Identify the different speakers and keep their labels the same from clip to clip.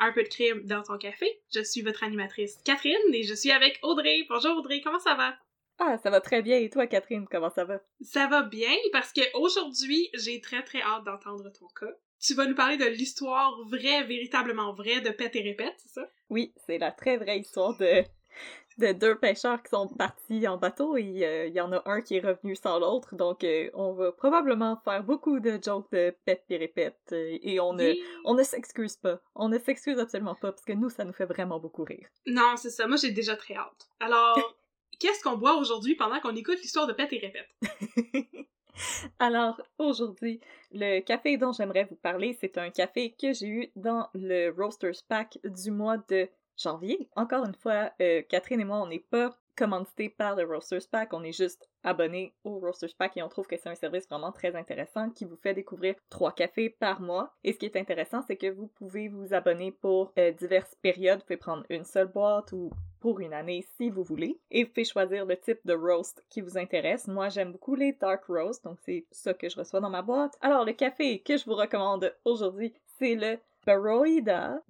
Speaker 1: Un peu de crime dans ton café. Je suis votre animatrice Catherine et je suis avec Audrey. Bonjour Audrey, comment ça va?
Speaker 2: Ah, ça va très bien. Et toi, Catherine, comment ça va?
Speaker 1: Ça va bien parce que aujourd'hui, j'ai très très hâte d'entendre ton cas. Tu vas nous parler de l'histoire vraie, véritablement vraie de Pète et Répète, c'est ça?
Speaker 2: Oui, c'est la très vraie histoire de, de deux pêcheurs qui sont partis en bateau et euh, il y en a un qui est revenu sans l'autre. Donc, euh, on va probablement faire beaucoup de jokes de Pète et Répète euh, et on ne,
Speaker 1: Oui.
Speaker 2: on ne s'excuse pas. On ne s'excuse absolument pas parce que nous, ça nous fait vraiment beaucoup rire.
Speaker 1: Non, c'est ça. Moi, j'ai déjà très hâte. Alors, qu'est-ce qu'on boit aujourd'hui pendant qu'on écoute l'histoire de Pète et Répète?
Speaker 2: Alors, aujourd'hui, le café dont j'aimerais vous parler, c'est un café que j'ai eu dans le Roasters Pack du mois de janvier. Encore une fois, euh, Catherine et moi, on n'est pas commandités par le Roasters Pack, on est juste abonnés au Roasters Pack et on trouve que c'est un service vraiment très intéressant qui vous fait découvrir trois cafés par mois. Et ce qui est intéressant, c'est que vous pouvez vous abonner pour euh, diverses périodes. Vous pouvez prendre une seule boîte ou pour une année si vous voulez. Et vous pouvez choisir le type de roast qui vous intéresse. Moi, j'aime beaucoup les dark roast, donc c'est ça que je reçois dans ma boîte. Alors, le café que je vous recommande aujourd'hui, c'est le Baroida,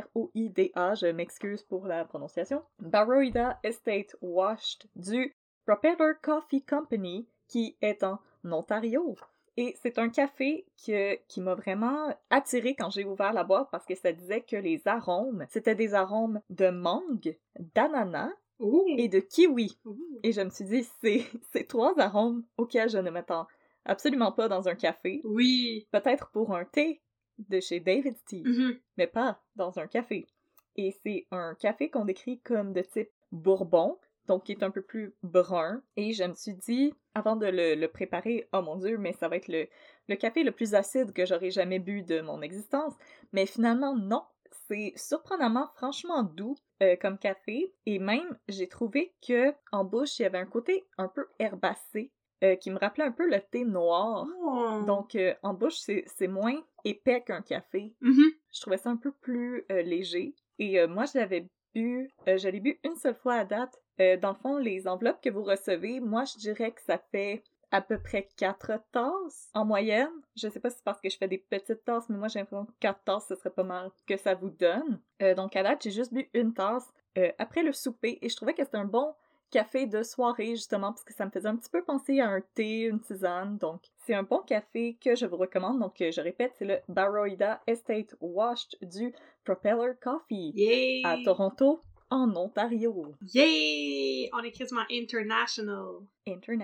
Speaker 2: B-A-R-O-I-D-A, je m'excuse pour la prononciation. Baroida Estate Washed du Propeller Coffee Company qui est en Ontario. Et c'est un café que- qui m'a vraiment attiré quand j'ai ouvert la boîte parce que ça disait que les arômes, c'était des arômes de mangue, d'ananas
Speaker 1: Ouh!
Speaker 2: et de kiwi.
Speaker 1: Ouh.
Speaker 2: Et je me suis dit, c'est ces trois arômes auxquels je ne m'attends absolument pas dans un café.
Speaker 1: Oui!
Speaker 2: Peut-être pour un thé de chez David's Tea,
Speaker 1: Mhm.
Speaker 2: mais pas dans un café. Et c'est un café qu'on décrit comme de type bourbon, donc qui est un peu plus brun. Et je me suis dit, avant de le, le préparer, oh mon dieu, mais ça va être le, le café le plus acide que j'aurais jamais bu de mon existence. Mais finalement, non. C'est surprenamment, franchement doux euh, comme café. Et même, j'ai trouvé que en bouche, il y avait un côté un peu herbacé euh, qui me rappelait un peu le thé noir.
Speaker 1: Oh.
Speaker 2: Donc, euh, en bouche, c'est c'est moins épais qu'un café.
Speaker 1: Mhm.
Speaker 2: Je trouvais ça un peu plus euh, léger. Et euh, moi, je l'avais bu, euh, je l'ai bu une seule fois à date. Euh, dans le fond, les enveloppes que vous recevez, moi, je dirais que ça fait à peu près 4 tasses en moyenne. Je sais pas si c'est parce que je fais des petites tasses, mais moi, j'ai l'impression que 4 tasses, ce serait pas mal que ça vous donne. Euh, donc, à date, j'ai juste bu une tasse euh, après le souper et je trouvais que c'était un bon café de soirée, justement, parce que ça me faisait un petit peu penser à un thé, une tisane. Donc, c'est un bon café que je vous recommande. Donc, euh, je répète, c'est le Baroida Estate Washed du Propeller Coffee
Speaker 1: Yay!
Speaker 2: à Toronto, en Ontario.
Speaker 1: Yay! On est quasiment international.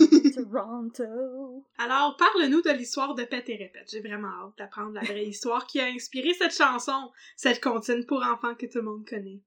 Speaker 2: International Toronto.
Speaker 1: Alors, parle-nous de l'histoire de Pète et Répète. J'ai vraiment hâte d'apprendre la vraie histoire qui a inspiré cette chanson, cette comptine pour enfants que tout le monde connaît.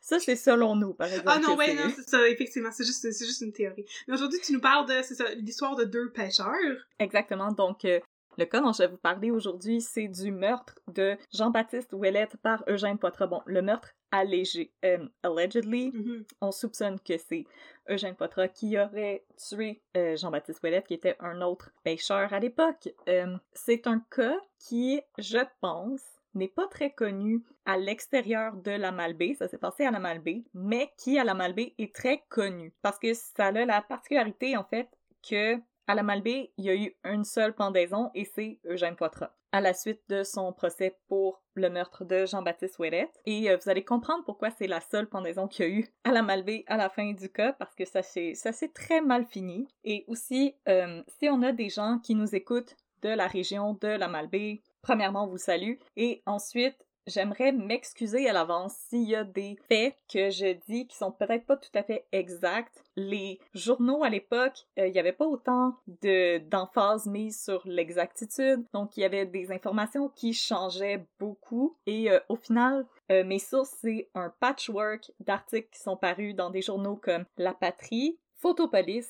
Speaker 2: Ça, c'est selon nous, par exemple.
Speaker 1: Ah non,
Speaker 2: que
Speaker 1: ouais,
Speaker 2: c'est-
Speaker 1: non, c'est ça, effectivement, c'est juste, c'est juste une théorie. Mais aujourd'hui, tu nous parles de, c'est ça, l'histoire de deux pêcheurs.
Speaker 2: Exactement. Donc, euh, le cas dont je vais vous parler aujourd'hui, c'est du meurtre de Jean-Baptiste Ouellette par Eugène Poitrebon. Le meurtre allégé, euh, allegedly.
Speaker 1: Mhm.
Speaker 2: on soupçonne que c'est Eugène Poitras qui aurait tué euh, Jean-Baptiste Ouellette, qui était un autre pêcheur à l'époque. Euh, c'est un cas qui, je pense, n'est pas très connu à l'extérieur de la Malbaie, ça s'est passé à la Malbaie, mais qui à la Malbaie est très connu parce que ça a la particularité en fait que à la Malbaie, il y a eu une seule pendaison et c'est Eugène Poitras. À la suite de son procès pour le meurtre de Jean-Baptiste Ouellette. Et euh, vous allez comprendre pourquoi c'est la seule pendaison qu'il y a eu à la Malbaie à la fin du cas, parce que ça s'est ça s'est très mal fini. Et aussi, euh, si on a des gens qui nous écoutent de la région de la Malbaie, premièrement, on vous salue. Et ensuite, J'aimerais m'excuser à l'avance s'il y a des faits que je dis qui sont peut-être pas tout à fait exacts. Les journaux à l'époque, euh, il n'y avait pas autant de- d'emphase mise sur l'exactitude, donc il y avait des informations qui changeaient beaucoup et euh, au final, euh, mes sources, c'est un patchwork d'articles qui sont parus dans des journaux comme La Patrie, Photopolis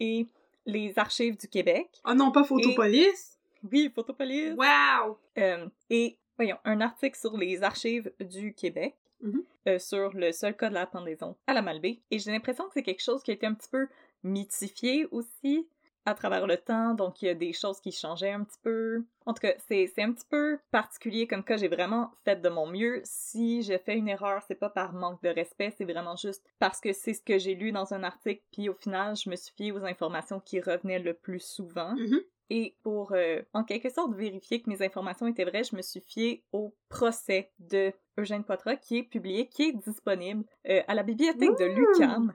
Speaker 2: et Les Archives du Québec.
Speaker 1: Ah non, pas Photopolis?
Speaker 2: Oui, Photopolis!
Speaker 1: Wow!
Speaker 2: Euh, et voyons, un article sur les archives du Québec.
Speaker 1: Mhm.
Speaker 2: euh, sur le seul cas de la pendaison à la Malbaie. Et j'ai l'impression que c'est quelque chose qui a été un petit peu mythifié aussi à travers le temps, donc il y a des choses qui changeaient un petit peu. En tout cas, c'est c'est un petit peu particulier comme cas, j'ai vraiment fait de mon mieux. Si j'ai fait une erreur, c'est pas par manque de respect, c'est vraiment juste parce que c'est ce que j'ai lu dans un article, puis au final, je me suis fiée aux informations qui revenaient le plus souvent.
Speaker 1: Mhm.
Speaker 2: Et pour, euh, en quelque sorte, vérifier que mes informations étaient vraies, je me suis fiée au procès de Eugène Potra qui est publié, qui est disponible euh, à la bibliothèque de l'UQAM.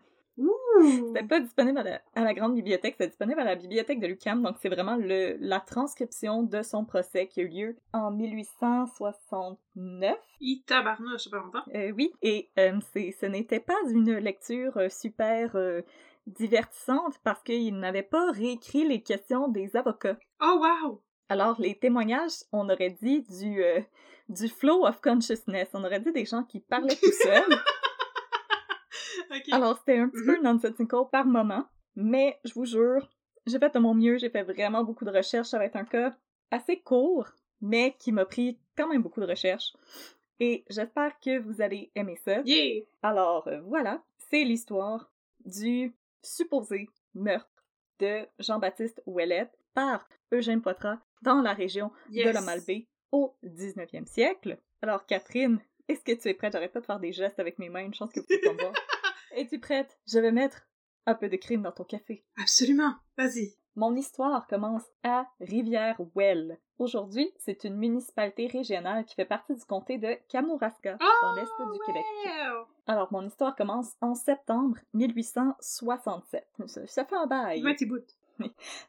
Speaker 2: C'était pas disponible à la, à la grande bibliothèque, c'est disponible à la bibliothèque de l'UQAM, donc c'est vraiment le, la transcription de son procès qui a eu lieu en 1869.
Speaker 1: Il tabarnouche, ça fait longtemps.
Speaker 2: Euh, oui, et euh, c'est- ce n'était pas une lecture euh, super euh, divertissante parce qu'il n'avait pas réécrit les questions des avocats.
Speaker 1: Oh wow!
Speaker 2: Alors, les témoignages, on aurait dit du, euh, du flow of consciousness. On aurait dit des gens qui parlaient tout seuls.
Speaker 1: Ok.
Speaker 2: Alors, c'était un petit peu nonsensical par moment, mais je vous jure, j'ai fait de mon mieux, j'ai fait vraiment beaucoup de recherches. Ça va être un cas assez court, mais qui m'a pris quand même beaucoup de recherches. Et j'espère que vous allez aimer ça.
Speaker 1: Yeah!
Speaker 2: Alors euh, voilà, c'est l'histoire du supposé meurtre de Jean-Baptiste Ouellette par Eugène Poitras dans la région
Speaker 1: Yes!
Speaker 2: de la Malbaie au 19e siècle. Alors Catherine, est-ce que tu es prête? J'arrête pas de faire des gestes avec mes mains, une chance que vous pouvez pas me voir. Es-tu prête? Je vais mettre un peu de crime dans ton café.
Speaker 1: Absolument! Vas-y!
Speaker 2: Mon histoire commence à Rivière-Well. Aujourd'hui, c'est une municipalité régionale qui fait partie du comté de Kamouraska, dans l'est du Québec.
Speaker 1: Oh, Wow!
Speaker 2: Alors, mon histoire commence en septembre 1867. Ça, ça fait un bail.
Speaker 1: Mets tes bouts.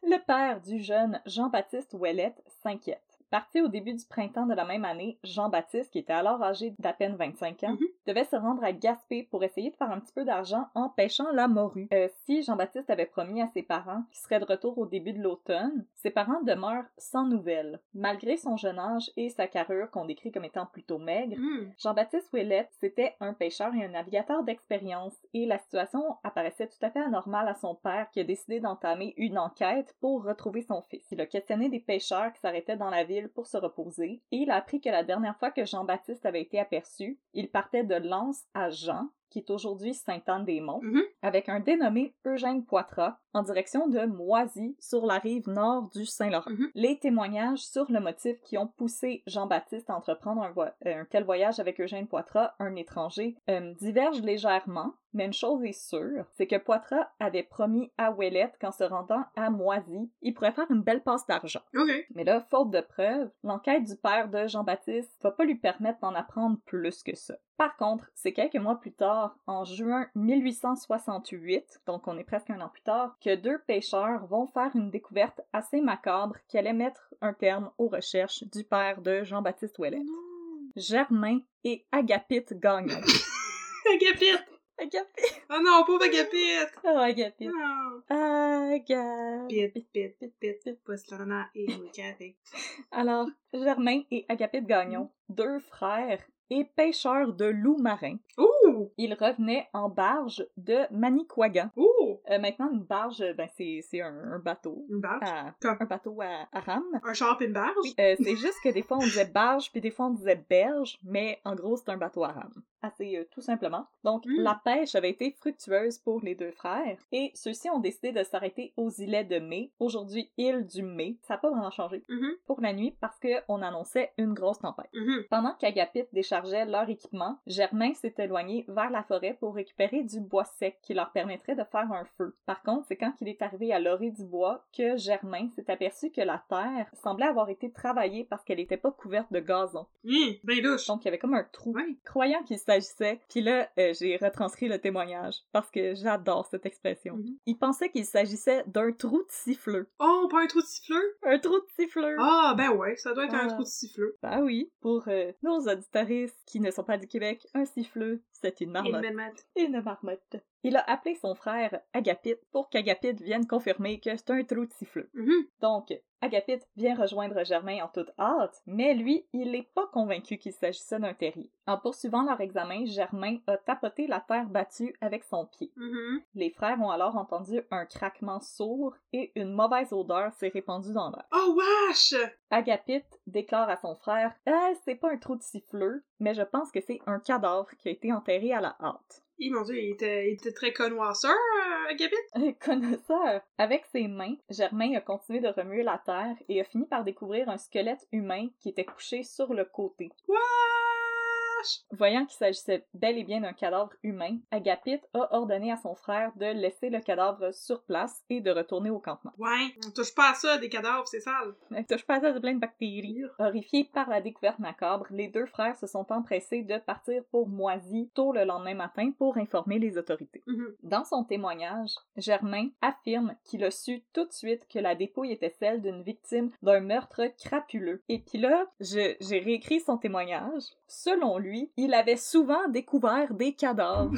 Speaker 2: Le père du jeune Jean-Baptiste Ouellette s'inquiète. Parti au début du printemps de la même année, Jean-Baptiste, qui était alors âgé d'à peine 25 ans,
Speaker 1: Mhm.
Speaker 2: devait se rendre à Gaspé pour essayer de faire un petit peu d'argent en pêchant la morue. Euh, si Jean-Baptiste avait promis à ses parents qu'il serait de retour au début de l'automne, ses parents demeurent sans nouvelles. Malgré son jeune âge et sa carrure qu'on décrit comme étant plutôt maigre,
Speaker 1: Hmm.
Speaker 2: Jean-Baptiste Ouellette, c'était un pêcheur et un navigateur d'expérience, et la situation apparaissait tout à fait anormale à son père qui a décidé d'entamer une enquête pour retrouver son fils. Il a questionné des pêcheurs qui s'arrêtaient dans la ville pour se reposer, et il a appris que la dernière fois que Jean-Baptiste avait été aperçu, il partait de Lens à Jean, qui est aujourd'hui Sainte-Anne-des-Monts,
Speaker 1: Mhm.
Speaker 2: avec un dénommé Eugène Poitras, en direction de Moisy, sur la rive nord du Saint-Laurent.
Speaker 1: Mhm.
Speaker 2: Les témoignages sur le motif qui ont poussé Jean-Baptiste à entreprendre un, vo- euh, un tel voyage avec Eugène Poitras, un étranger, euh, divergent légèrement, mais une chose est sûre, c'est que Poitras avait promis à Ouellette qu'en se rendant à Moisy, il pourrait faire une belle passe d'argent.
Speaker 1: Ok.
Speaker 2: Mais là, faute de preuves, l'enquête du père de Jean-Baptiste va pas lui permettre d'en apprendre plus que ça. Par contre, c'est quelques mois plus tard, en juin 1868, donc on est presque un an plus tard, que deux pêcheurs vont faire une découverte assez macabre qui allait mettre un terme aux recherches du père de Jean-Baptiste Ouellet. Germain et Agapite Gagnon.
Speaker 1: Agapite!
Speaker 2: Agapite!
Speaker 1: Oh non, pauvre Ah. Agapite!
Speaker 2: Oh, Agapite!
Speaker 1: Non!
Speaker 2: Agapite!
Speaker 1: Pit, pit, pit, pit, pit, Postlana et Agapite.
Speaker 2: Alors, Germain et Agapite Gagnon, deux frères et pêcheurs de loups marins,
Speaker 1: Oh!
Speaker 2: Ils revenaient en barge de Manicouagan.
Speaker 1: Oh!
Speaker 2: Euh, maintenant, une barge, ben, c'est c'est un, un bateau.
Speaker 1: Une barge?
Speaker 2: à-
Speaker 1: Comme-
Speaker 2: un bateau à, à rame.
Speaker 1: Un char et une barge?
Speaker 2: Oui, euh, c'est juste que des fois on disait barge, puis des fois on disait berge, mais en gros c'est un bateau à rame. Assez euh, tout simplement. Donc
Speaker 1: Mm.
Speaker 2: la pêche avait été fructueuse pour les deux frères, et ceux-ci ont décidé de s'arrêter aux îlets de Mai, aujourd'hui île du Mai. Ça n'a pas vraiment changé
Speaker 1: Mhm,
Speaker 2: pour la nuit parce qu'on annonçait une grosse tempête.
Speaker 1: mhm.
Speaker 2: Pendant qu'Agapit déchargeait leur équipement, Germain s'est éloigné vers la forêt pour récupérer du bois sec qui leur permettrait de faire un feu. Par contre, c'est quand il est arrivé à l'orée du bois que Germain s'est aperçu que la terre semblait avoir été travaillée parce qu'elle n'était pas couverte de gazon.
Speaker 1: Hum, ben louche.
Speaker 2: Donc il y avait comme un trou.
Speaker 1: Ouais.
Speaker 2: Croyant qu'il s'agissait, puis là, euh, j'ai retranscrit le témoignage parce que j'adore cette expression.
Speaker 1: Mhm.
Speaker 2: Il pensait qu'il s'agissait d'un trou de siffleux.
Speaker 1: Oh, pas un trou de siffleux?
Speaker 2: Un trou de siffleux!
Speaker 1: Ah, ben ouais, ça doit être un
Speaker 2: Ah.
Speaker 1: trou de siffleux.
Speaker 2: Bah oui, pour euh, nos auditoristes qui ne sont pas du Québec, un siffleux, c'est une
Speaker 1: Et une
Speaker 2: marmotte.
Speaker 1: manette.
Speaker 2: Une marmotte. Il a appelé son frère Agapite pour qu'Agapite vienne confirmer que c'est un trou de siffleux.
Speaker 1: Mhm.
Speaker 2: Donc, Agapite vient rejoindre Germain en toute hâte, mais lui, il n'est pas convaincu qu'il s'agissait d'un terrier. En poursuivant leur examen, Germain a tapoté la terre battue avec son pied.
Speaker 1: Mhm.
Speaker 2: Les frères ont alors entendu un craquement sourd et une mauvaise odeur s'est répandue dans l'air.
Speaker 1: Oh, wesh!
Speaker 2: Agapit déclare à son frère Ah, c'est pas un trou de siffleux, mais je pense que c'est un cadavre qui a été enterré à la hâte.
Speaker 1: Eh mon dieu, il était, il était très connoisseur, euh, Agapite.
Speaker 2: Connaisseur Avec ses mains, Germain a continué de remuer la terre et a fini par découvrir un squelette humain qui était couché sur le côté.
Speaker 1: Wesh! vache!
Speaker 2: Voyant qu'il s'agissait bel et bien d'un cadavre humain, Agapite a ordonné à son frère de laisser le cadavre sur place et de retourner au campement.
Speaker 1: Ouais, on touche pas à ça, des cadavres, c'est sale.
Speaker 2: Ne touche pas à ça de plein de bactéries. Horrifiés par la découverte macabre, les deux frères se sont empressés de partir pour Moisy tôt le lendemain matin pour informer les autorités.
Speaker 1: Mhm.
Speaker 2: Dans son témoignage, Germain affirme qu'il a su tout de suite que la dépouille était celle d'une victime d'un meurtre crapuleux. Et puis là, je- j'ai réécrit son témoignage. Selon lui, il avait souvent découvert des cadavres.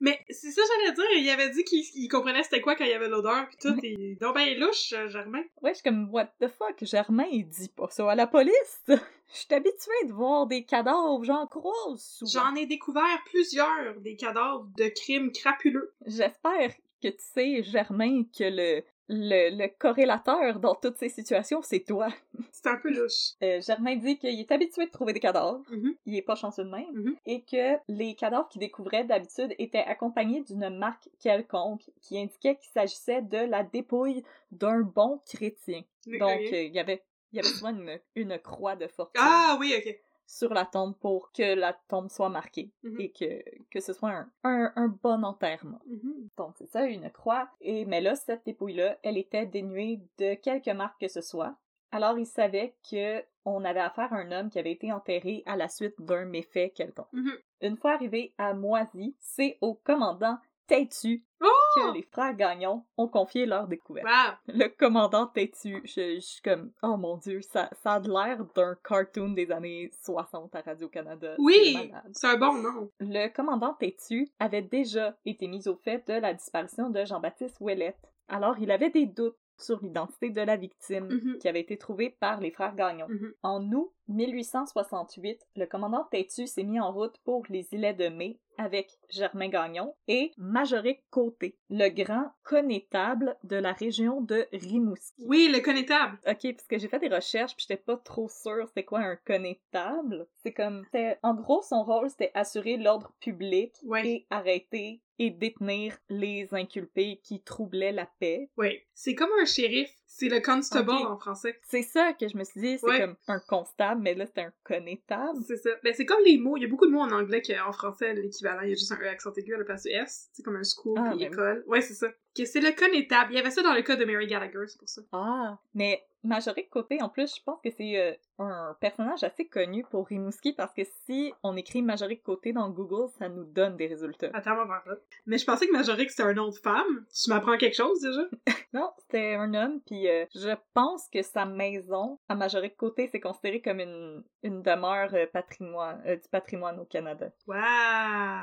Speaker 1: Mais c'est ça, j'allais dire, il avait dit qu'il il comprenait c'était quoi quand il y avait l'odeur pis tout, et donc ben louche, euh, Germain.
Speaker 2: Ouais, je suis comme, what the fuck, Germain, il dit pas ça à la police. Je suis habituée de voir des cadavres, j'en croise souvent.
Speaker 1: J'en ai découvert plusieurs des cadavres de crimes crapuleux.
Speaker 2: J'espère que tu sais, Germain, que le, le, le corrélateur dans toutes ces situations, c'est toi.
Speaker 1: C'est un peu louche.
Speaker 2: Euh, Germain dit qu'il est habitué de trouver des cadavres,
Speaker 1: Mhm.
Speaker 2: il est pas chanceux de même,
Speaker 1: Mhm.
Speaker 2: et que les cadavres qu'il découvrait d'habitude étaient accompagnés d'une marque quelconque qui indiquait qu'il s'agissait de la dépouille d'un bon chrétien. Donc,
Speaker 1: Ok.
Speaker 2: euh, il y avait... Il y avait souvent une, une croix de fortune
Speaker 1: Ah oui, ok.
Speaker 2: sur la tombe pour que la tombe soit marquée
Speaker 1: Mhm.
Speaker 2: et que, que ce soit un, un- un bon enterrement.
Speaker 1: Mhm.
Speaker 2: Donc, c'est ça, une croix. Et, mais là, cette dépouille-là, elle était dénuée de quelque marque que ce soit. Alors, il savait que on avait affaire à un homme qui avait été enterré à la suite d'un méfait quelconque.
Speaker 1: Mhm.
Speaker 2: Une fois arrivé à Moisy, c'est au commandant Têtu
Speaker 1: Oh!
Speaker 2: que les frères Gagnon ont confié leur découverte.
Speaker 1: Wow.
Speaker 2: Le commandant Têtu, je, je suis comme, oh mon dieu, ça, ça a de l'air d'un cartoon des années 60 à Radio-Canada. C'est
Speaker 1: Oui,
Speaker 2: malade.
Speaker 1: c'est un bon nom.
Speaker 2: Le commandant Têtu avait déjà été mis au fait de la disparition de Jean-Baptiste Ouellette. Alors, il avait des doutes sur l'identité de la victime
Speaker 1: Mhm.
Speaker 2: qui avait été trouvée par les frères Gagnon.
Speaker 1: Mhm.
Speaker 2: En août 1868, le commandant Têtu s'est mis en route pour les îlets de Mai avec Germain Gagnon et Majoric Côté, le grand connétable de la région de Rimouski.
Speaker 1: Oui, le connétable.
Speaker 2: OK, parce que j'ai fait des recherches puis j'étais pas trop sûre c'était quoi un connétable. C'est comme c'était- en gros son rôle c'était assurer l'ordre public
Speaker 1: Ouais.
Speaker 2: et arrêter et détenir les inculpés qui troublaient la paix.
Speaker 1: Oui. C'est comme un shérif. C'est le constable
Speaker 2: Ok.
Speaker 1: en français.
Speaker 2: C'est ça que je me suis dit, c'est
Speaker 1: Ouais.
Speaker 2: comme un constable mais là c'était un connétable.
Speaker 1: C'est ça. Ben, c'est comme les mots. Il y a beaucoup de mots en anglais qu'en français, l'équivalent, il y a juste un E accent aigu à la place du S. C'est comme un school,
Speaker 2: Ah,
Speaker 1: puis
Speaker 2: ben oui.
Speaker 1: école. Ouais, c'est ça. Que c'est le connétable. Il y avait ça dans le cas de Mary Gallagher, c'est pour ça.
Speaker 2: Ah, mais Majoric Côté, en plus, je pense que c'est euh, un personnage assez connu pour Rimouski parce que si on écrit Majoric Côté dans Google, ça nous donne des résultats.
Speaker 1: Attends, on va voir là. Mais je pensais que Majoric, c'était un nom de femme. Tu m'apprends quelque chose, déjà?
Speaker 2: Non, c'était un homme, puis euh, je pense que sa maison, à Majoric Côté, c'est considéré comme une, une demeure euh, patrimoine, euh, du patrimoine au Canada.
Speaker 1: Wow!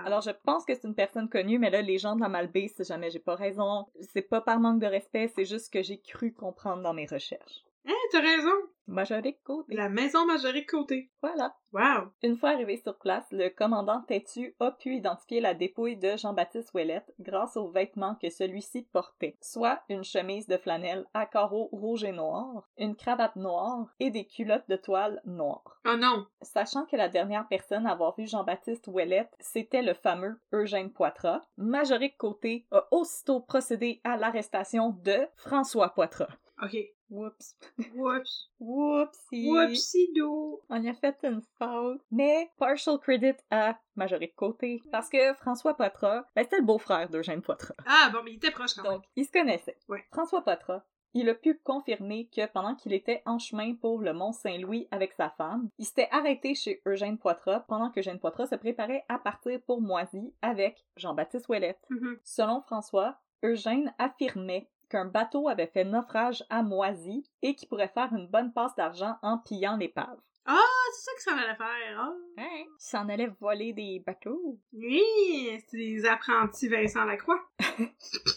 Speaker 2: Alors, je pense que c'est une personne connue, mais là, les gens de la Malbaie, si jamais j'ai pas raison, c'est pas par manque de respect, c'est juste que j'ai cru comprendre dans mes recherches.
Speaker 1: Hein, t'as raison!
Speaker 2: Majoric Côté,
Speaker 1: La maison Majoric côté.
Speaker 2: voilà.
Speaker 1: Wow!
Speaker 2: Une fois arrivé sur place, le commandant Têtu a pu identifier la dépouille de Jean-Baptiste Ouellette grâce aux vêtements que celui-ci portait, soit une chemise de flanelle à carreaux rouges et noirs, une cravate noire et des culottes de toile noires.
Speaker 1: Oh non!
Speaker 2: Sachant que la dernière personne à avoir vu Jean-Baptiste Ouellette, c'était le fameux Eugène Poitras, Majoric Côté a aussitôt procédé à l'arrestation de François Poitras.
Speaker 1: Ok.
Speaker 2: Whoops.
Speaker 1: Whoops.
Speaker 2: Whoopsie.
Speaker 1: Whoopsie-doo!
Speaker 2: On a fait une faute. Mais partial credit à Majoric Côté. Parce que François Poitras, ben c'était le beau-frère d'Eugène Poitras.
Speaker 1: Ah, bon, mais il était proche quand même.
Speaker 2: Donc, ils se connaissaient.
Speaker 1: Ouais.
Speaker 2: François Poitras, il a pu confirmer que pendant qu'il était en chemin pour le Mont-Saint-Louis avec sa femme, il s'était arrêté chez Eugène Poitras pendant qu'Eugène Poitras se préparait à partir pour Moisy avec Jean-Baptiste Ouellette.
Speaker 1: Mhm.
Speaker 2: Selon François, Eugène affirmait qu'un bateau avait fait naufrage à Moisy et qu'il pourrait faire une bonne passe d'argent en pillant l'épave.
Speaker 1: Ah, c'est ça que ça allait faire, hein?
Speaker 2: Hein? Ils s'en allaient voler des bateaux.
Speaker 1: Oui, c'est des apprentis Vincent Lacroix.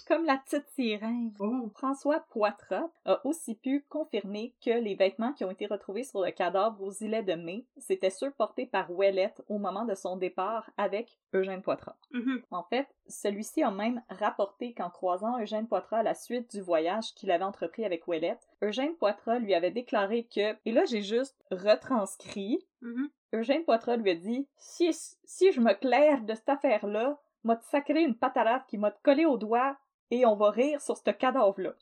Speaker 2: Comme la petite sirène.
Speaker 1: Oh.
Speaker 2: François Poitras a aussi pu confirmer que les vêtements qui ont été retrouvés sur le cadavre aux îlets de mai, c'était ceux portés par Ouellette au moment de son départ avec Eugène Poitras.
Speaker 1: Mhm.
Speaker 2: En fait, celui-ci a même rapporté qu'en croisant Eugène Poitras à la suite du voyage qu'il avait entrepris avec Ouellette, Eugène Poitras lui avait déclaré que, et là j'ai juste retranscrit,
Speaker 1: Mhm.
Speaker 2: Eugène Poitras lui a dit Si, si je me claire de cette affaire-là, m'a te sacré une patarave qui m'a te collé au doigt et on va rire sur ce cadavre-là.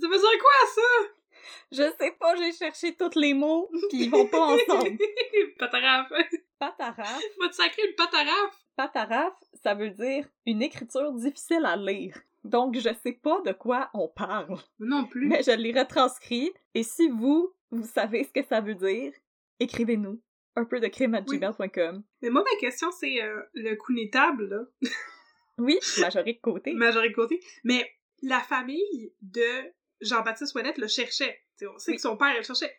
Speaker 1: Ça veut dire quoi, ça?
Speaker 2: Je sais pas, j'ai cherché tous les mots, puis ils vont pas ensemble.
Speaker 1: Pas grave.
Speaker 2: Pataraf.
Speaker 1: Va te sacrer une pâte à raf?
Speaker 2: Pataraf, ça veut dire une écriture difficile à lire. Donc, je sais pas de quoi on parle,
Speaker 1: Non plus.
Speaker 2: mais je l'ai retranscrit. Et si vous, vous savez ce que ça veut dire, écrivez-nous. Un peu de crime à
Speaker 1: Oui.
Speaker 2: gmail.com.
Speaker 1: Mais moi, ma question, c'est euh, le coup d'étable, là.
Speaker 2: Oui, majorité de côté.
Speaker 1: majorité de côté. Mais la famille de Jean-Baptiste Ouellette le cherchait. T'sais, on sait
Speaker 2: Oui.
Speaker 1: que son père, elle le cherchait.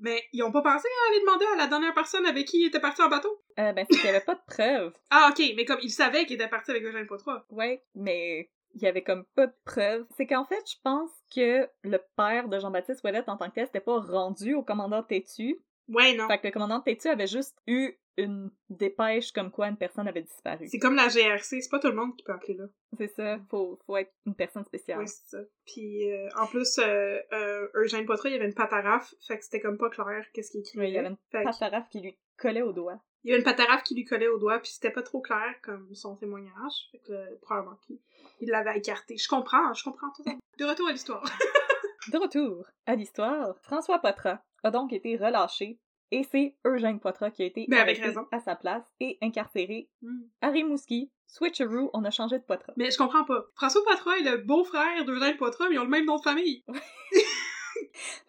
Speaker 1: Mais ils ont pas pensé à aller demander à la dernière personne avec qui il était parti en bateau.
Speaker 2: Euh, ben, c'est qu'il n'y avait pas de preuves.
Speaker 1: Ah, ok, mais comme ils savaient qu'il était parti avec Eugène Poitras.
Speaker 2: Ouais, mais il y avait comme pas de preuves. C'est qu'en fait, je pense que le père de Jean-Baptiste Ouellette en tant que tel s'était pas rendu au commandant Tétu.
Speaker 1: Ouais, non.
Speaker 2: Fait que le commandant Tétu avait juste eu une dépêche comme quoi une personne avait disparu.
Speaker 1: C'est comme la GRC, c'est pas tout le monde qui peut appeler là.
Speaker 2: C'est ça, faut, faut être une personne spéciale.
Speaker 1: Oui, c'est ça. Puis euh, en plus, euh, euh, Eugène Poitras, il avait une patarafe, fait que c'était comme pas clair qu'est-ce qu'il écrivait.
Speaker 2: Oui, il y avait une
Speaker 1: Fait que-
Speaker 2: Pataraf qui lui collait au doigt.
Speaker 1: il y avait une patarafe qui lui collait au doigt, puis c'était pas trop clair comme son témoignage. Fait que euh, probablement qu'il il l'avait écarté. Je comprends, je comprends tout. De retour à l'histoire.
Speaker 2: De retour à l'histoire, François Poitras a donc été relâché et c'est Eugène Poitras qui a été
Speaker 1: Mais avec
Speaker 2: arrêté
Speaker 1: raison.
Speaker 2: à sa place et incarcéré
Speaker 1: Hmm.
Speaker 2: à Rimouski. Switcheroo, on a changé de Poitras.
Speaker 1: Mais je comprends pas. François Poitras est le beau-frère d'Eugène Poitras, mais ils ont le même nom de famille.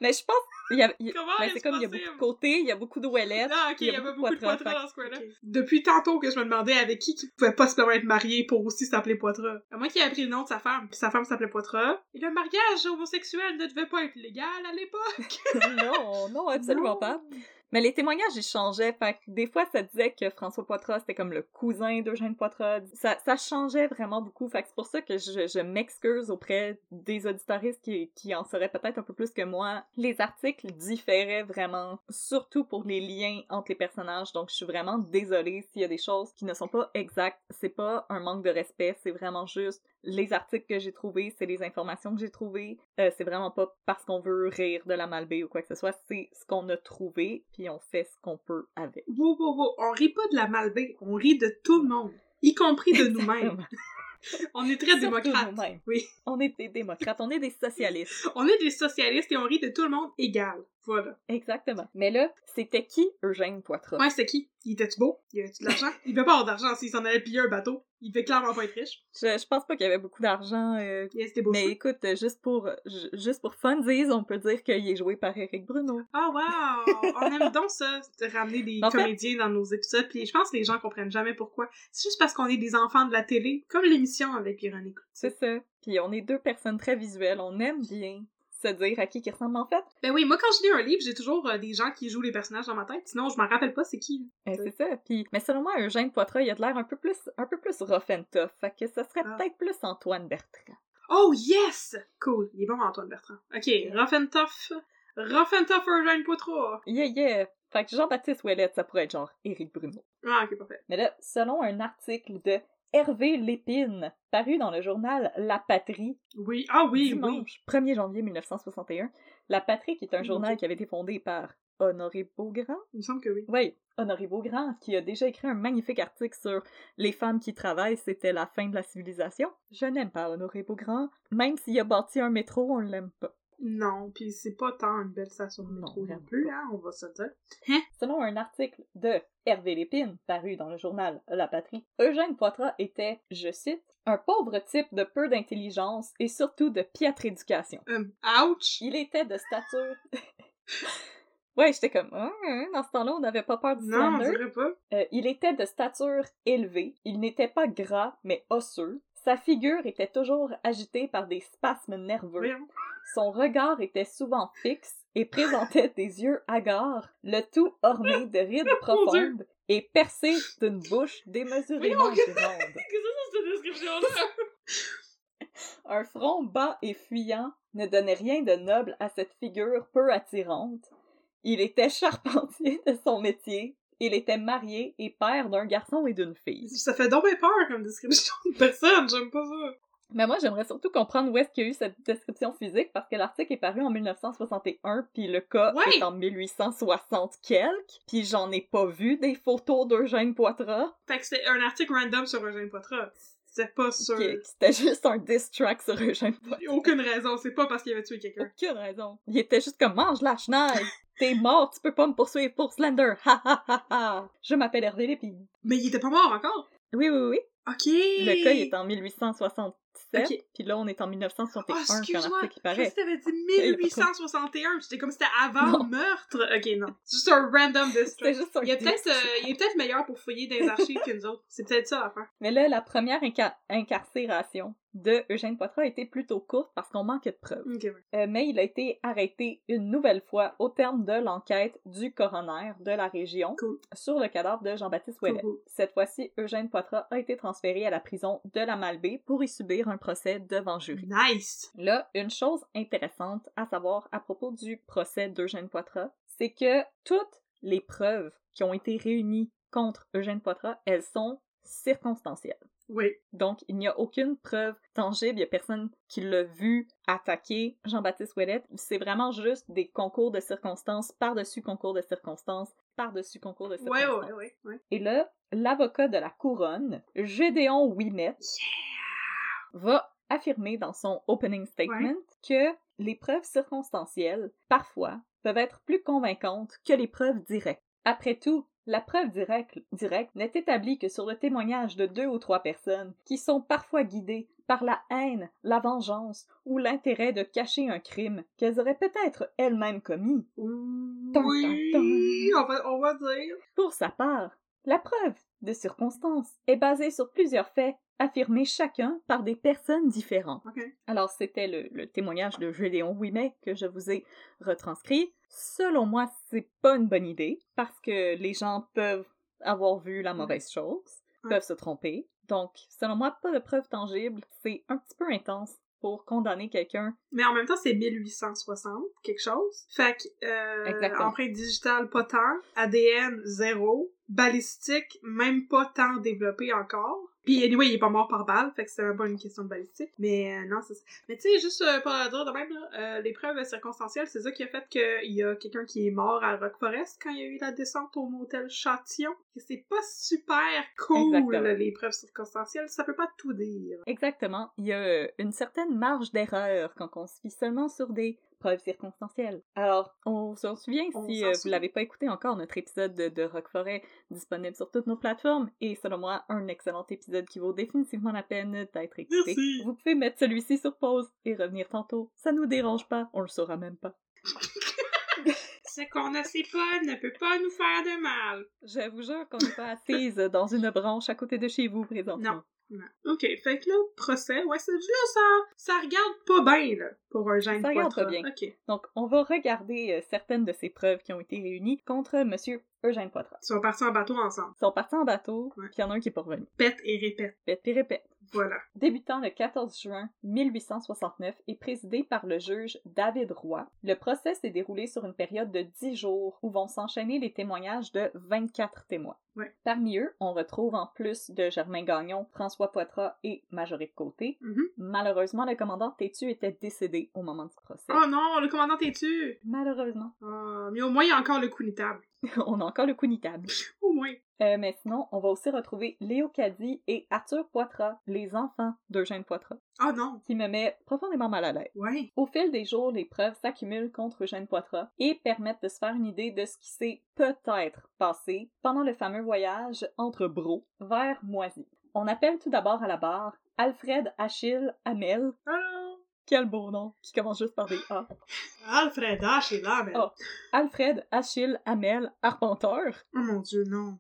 Speaker 2: Mais je pense, il y a- il-
Speaker 1: Comment
Speaker 2: ben,
Speaker 1: est-ce
Speaker 2: c'est comme il y a
Speaker 1: possible?
Speaker 2: beaucoup de côtés, il y a beaucoup de ouellettes.
Speaker 1: Ah, ok, il y, avait beaucoup de Poitras,
Speaker 2: fait
Speaker 1: dans ce coin-là. Depuis tantôt que je me demandais avec qui qui pouvait possiblement être marié pour aussi s'appeler Poitras. À moins qu'il ait appris le nom de sa femme, puis sa femme s'appelait Poitras. Et le mariage homosexuel ne devait pas être légal à l'époque.
Speaker 2: non, non, absolument
Speaker 1: Non.
Speaker 2: pas. Mais les témoignages, ils changeaient. Fait que des fois, ça disait que François Poitras, c'était comme le cousin d'Eugène Poitras. Ça, ça changeait vraiment beaucoup. Fait que c'est pour ça que je, je m'excuse auprès des auditoristes qui, qui en sauraient peut-être un peu plus que moi. Les articles différaient vraiment, surtout pour les liens entre les personnages. Donc, je suis vraiment désolée s'il y a des choses qui ne sont pas exactes. C'est pas un manque de respect, c'est vraiment juste les articles que j'ai trouvés, c'est les informations que j'ai trouvées. Euh, c'est vraiment pas parce qu'on veut rire de la Malbaie ou quoi que ce soit, c'est ce qu'on a trouvé, puis on fait ce qu'on peut avec.
Speaker 1: Wow, wow, wow. On rit pas de la Malbaie, on rit de tout le monde. Y compris de nous-mêmes. On est très
Speaker 2: Surtout
Speaker 1: démocrates.
Speaker 2: nous-mêmes.
Speaker 1: Oui.
Speaker 2: On est des démocrates, on est des socialistes.
Speaker 1: On est des socialistes et on rit de tout le monde égal. Voilà.
Speaker 2: Exactement. Mais là, c'était qui Eugène Poitras?
Speaker 1: Ouais, c'est qui? Il était-tu beau? Il avait-tu de l'argent? Il devait pas avoir d'argent s'il s'en allait piller un bateau. Il devait clairement pas être riche.
Speaker 2: Je, je pense pas qu'il y avait beaucoup d'argent. euh,
Speaker 1: Il était beau.
Speaker 2: Mais écoute, euh, juste pour, ju- juste pour funsies, on peut dire qu'il est joué par Eric Bruno.
Speaker 1: Ah wow! On aime donc ça, de ramener des
Speaker 2: En fait-
Speaker 1: comédiens dans nos épisodes. Puis je pense que les gens comprennent jamais pourquoi. C'est juste parce qu'on est des enfants de la télé, comme l'émission avec Véronique.
Speaker 2: C'est ça. Puis on est deux personnes très visuelles, on aime bien se dire à qui qui ressemble en fait.
Speaker 1: Ben oui, moi quand je lis un livre, j'ai toujours euh, des gens qui jouent les personnages dans ma tête. Sinon, je m'en rappelle pas c'est qui.
Speaker 2: Euh,
Speaker 1: Oui.
Speaker 2: c'est ça. Puis, mais selon moi, Eugène Poitras, il a de l'air un peu plus, un peu plus rough and tough. Fait que ça serait
Speaker 1: Ah.
Speaker 2: peut-être plus Antoine Bertrand.
Speaker 1: Oh yes! Cool. Il est bon Antoine Bertrand. Ok, euh, rough and tough. Rough and tough Eugène Poitras.
Speaker 2: Yeah, yeah. Fait que Jean-Baptiste Ouellette, ça pourrait être genre Éric Bruno.
Speaker 1: Ah ok, parfait.
Speaker 2: Mais là, selon un article de Hervé Lépine, paru dans le journal La Patrie,
Speaker 1: Oui, ah oui, oui.
Speaker 2: dimanche 1er janvier 1961, La Patrie, qui est un
Speaker 1: Mon
Speaker 2: journal qui avait été fondé par Honoré Beaugrand,
Speaker 1: Il me semble que oui.
Speaker 2: Oui, Honoré Beaugrand, qui a déjà écrit un magnifique article sur les femmes qui travaillent, c'était la fin de la civilisation. Je n'aime pas Honoré Beaugrand. Même s'il a bâti un métro, on l'aime pas.
Speaker 1: Non, puis c'est pas tant une belle station de
Speaker 2: Non,
Speaker 1: métro non
Speaker 2: vraiment
Speaker 1: plus, hein, on va se le dire.
Speaker 2: Selon un article de Hervé Lépine, paru dans le journal La Patrie, Eugène Poitras était, je cite, un pauvre type de peu d'intelligence et surtout de piètre éducation.
Speaker 1: Euh, ouch!
Speaker 2: Il était de stature. ouais, j'étais comme, Hein, hein, dans ce temps-là, on n'avait pas peur du
Speaker 1: Non, on
Speaker 2: slander.
Speaker 1: dirait pas.
Speaker 2: Euh, il était de stature élevée, il n'était pas gras, mais osseux. Sa figure était toujours agitée par des spasmes nerveux.
Speaker 1: Voyons.
Speaker 2: Son regard était souvent fixe et présentait des yeux hagards, le tout orné de rides
Speaker 1: Oh Mon Dieu.
Speaker 2: profondes et percé d'une bouche démesurément
Speaker 1: Voyons.
Speaker 2: grande.
Speaker 1: Qu'est-ce que c'est, cette description-là?
Speaker 2: Un front bas et fuyant ne donnait rien de noble à cette figure peu attirante. Il était charpentier de son métier, il était marié et père d'un garçon et d'une fille.
Speaker 1: Ça fait donc bien peur comme description de personne, j'aime pas ça.
Speaker 2: Mais moi, j'aimerais surtout comprendre où est-ce qu'il y a eu cette description physique, parce que l'article est paru en 1961, puis le cas
Speaker 1: Ouais.
Speaker 2: est en 1860 quelques, puis j'en ai pas vu des photos d'Eugène Poitras.
Speaker 1: Fait que c'était un article random sur Eugène Poitras. C'était pas sûr.
Speaker 2: qui- C'était juste un diss track sur Eugène Poitras.
Speaker 1: Y a Aucune raison, c'est pas parce qu'il avait tué quelqu'un.
Speaker 2: Aucune raison. Il était juste comme mange la chenaille. T'es mort, tu peux pas me poursuivre pour Slender. Ha ha ha ha. Je m'appelle Hervé Lépine.
Speaker 1: Mais il était pas mort encore.
Speaker 2: Oui, oui, oui.
Speaker 1: Ok.
Speaker 2: Le cas il est en 1867,
Speaker 1: Ok.
Speaker 2: puis là on est en
Speaker 1: Oh,
Speaker 2: 1961 quand
Speaker 1: excuse-moi,
Speaker 2: l'article
Speaker 1: je pensais
Speaker 2: paraît.
Speaker 1: que t'avais dit
Speaker 2: y a pas de
Speaker 1: 1861, c'était comme si c'était avant le meurtre. Ok, non. C'est juste un random diss
Speaker 2: C'était
Speaker 1: track.
Speaker 2: juste un
Speaker 1: Il est
Speaker 2: diss
Speaker 1: peut-être
Speaker 2: track.
Speaker 1: euh, il est peut-être meilleur pour fouiller des archives que nous autres. C'est peut-être ça l'affaire.
Speaker 2: Mais là, la première inca- incarcération de Eugène Poitras a été plutôt courte parce qu'on manquait de preuves.
Speaker 1: Ok, ouais.
Speaker 2: Euh, mais il a été arrêté une nouvelle fois au terme de l'enquête du coroner de la région
Speaker 1: Cool.
Speaker 2: sur le cadavre de Jean-Baptiste Ouellet.
Speaker 1: Cool.
Speaker 2: Cette fois-ci, Eugène Poitras a été transféré à la prison de la Malbaie pour y subir un procès devant jury.
Speaker 1: Nice.
Speaker 2: Là, une chose intéressante à savoir à propos du procès d'Eugène Poitras, c'est que toutes les preuves qui ont été réunies contre Eugène Poitras, elles sont circonstancielles.
Speaker 1: Oui.
Speaker 2: Donc, il n'y a aucune preuve tangible, il n'y a personne qui l'a vu attaquer Jean-Baptiste Ouellet. C'est vraiment juste des concours de circonstances par-dessus concours de circonstances, par-dessus concours de circonstances.
Speaker 1: Ouais, ouais, ouais, ouais.
Speaker 2: Et là, l'avocat de la couronne, Gédéon Ouimet, va affirmer dans son opening statement que les preuves circonstancielles, parfois, peuvent être plus convaincantes que les preuves directes. Après tout, la preuve directe directe n'est établie que sur le témoignage de deux ou trois personnes qui sont parfois guidées par la haine, la vengeance ou l'intérêt de cacher un crime qu'elles auraient peut-être elles-mêmes commis. Tum,
Speaker 1: Oui, on va, on va dire.
Speaker 2: Pour sa part, la preuve de circonstance est basée sur plusieurs faits affirmés chacun par des personnes différentes.
Speaker 1: Ok.
Speaker 2: Alors c'était le, le témoignage de Gédéon Ouimet que je vous ai retranscrit. Selon moi, c'est pas une bonne idée parce que les gens peuvent avoir vu la mauvaise chose,
Speaker 1: Mm. Ouais.
Speaker 2: peuvent se tromper. Donc, selon moi, pas de preuve tangible. C'est un petit peu intense pour condamner quelqu'un.
Speaker 1: Mais en même temps, c'est 1860, quelque chose. Fait que, euh,
Speaker 2: Exactement.
Speaker 1: empreinte digitale, pas tant. ADN, zéro. Balistique, même pas tant développé encore. Puis, anyway, il est pas mort par balle, fait que c'est pas une question de balistique. Mais euh, non, c'est ça. Mais tu sais, juste euh, pour le dire de même, là, euh, les preuves circonstancielles, c'est ça qui a fait qu'il y a quelqu'un qui est mort à Rock Forest quand il y a eu la descente au motel Châtillon. Et c'est pas super cool,
Speaker 2: Exactement.
Speaker 1: là, les preuves circonstancielles. Ça peut pas tout dire.
Speaker 2: Exactement, il y a euh, une certaine marge d'erreur quand on se fie seulement sur des preuves circonstancielles. Alors, on s'en souvient
Speaker 1: On
Speaker 2: si
Speaker 1: s'en
Speaker 2: euh, vous
Speaker 1: souvient.
Speaker 2: l'avez pas écouté encore, notre épisode de, de Rock Forêt disponible sur toutes nos plateformes et selon moi, un excellent épisode qui vaut définitivement la peine d'être écouté.
Speaker 1: Merci.
Speaker 2: Vous pouvez mettre celui-ci sur pause et revenir tantôt. Ça nous dérange pas, on le saura même pas.
Speaker 1: Ce qu'on ne sait pas ne peut pas nous faire de mal.
Speaker 2: Je vous jure qu'on n'est pas assise dans une branche à côté de chez vous présentement.
Speaker 1: Non. Non. Ok, fait que là, procès, ouais, c'est là, ça, ça regarde pas bien, là, pour un gène
Speaker 2: Ça regarde pas bien.
Speaker 1: Ok,
Speaker 2: Donc, on va regarder euh, certaines de ces preuves qui ont été réunies contre monsieur Eugène Poitras.
Speaker 1: ils sont partis en bateau ensemble.
Speaker 2: Ils sont partis en bateau,
Speaker 1: Ouais.
Speaker 2: puis il y en a un qui est pas revenu.
Speaker 1: Pète et répète,
Speaker 2: Répète, puis répète.
Speaker 1: voilà.
Speaker 2: Débutant le 14 juin 1869 et présidé par le juge David Roy, le procès s'est déroulé sur une période de 10 jours où vont s'enchaîner les témoignages de 24 témoins.
Speaker 1: Ouais.
Speaker 2: Parmi eux, on retrouve en plus de Germain Gagnon, François Poitras et Majoré de Côté.
Speaker 1: Mhm.
Speaker 2: Malheureusement, le commandant Tétu était décédé au moment du procès.
Speaker 1: Oh non, le commandant est tu
Speaker 2: Malheureusement.
Speaker 1: Ah, mais au moins, il y a encore le coup de table.
Speaker 2: on a encore le coup ni table.
Speaker 1: Au moins.
Speaker 2: Euh, mais sinon, on va aussi retrouver Léo Caddy et Arthur Poitras, les enfants d'Eugène Poitras,
Speaker 1: Ah non,
Speaker 2: qui me met profondément mal à l'aise.
Speaker 1: ouais.
Speaker 2: Au fil des jours, les preuves s'accumulent contre Eugène Poitras et permettent de se faire une idée de ce qui s'est peut-être passé pendant le fameux voyage entre Bro vers Moisy. On appelle tout d'abord à la barre Alfred Achille Hamel,
Speaker 1: Ah Allô?
Speaker 2: quel beau nom, qui commence juste par des A.
Speaker 1: Alfred H est là, mais...
Speaker 2: Oh.
Speaker 1: Oh.
Speaker 2: Alfred Achille Hamel, arpenteur.
Speaker 1: Oh mon dieu, non.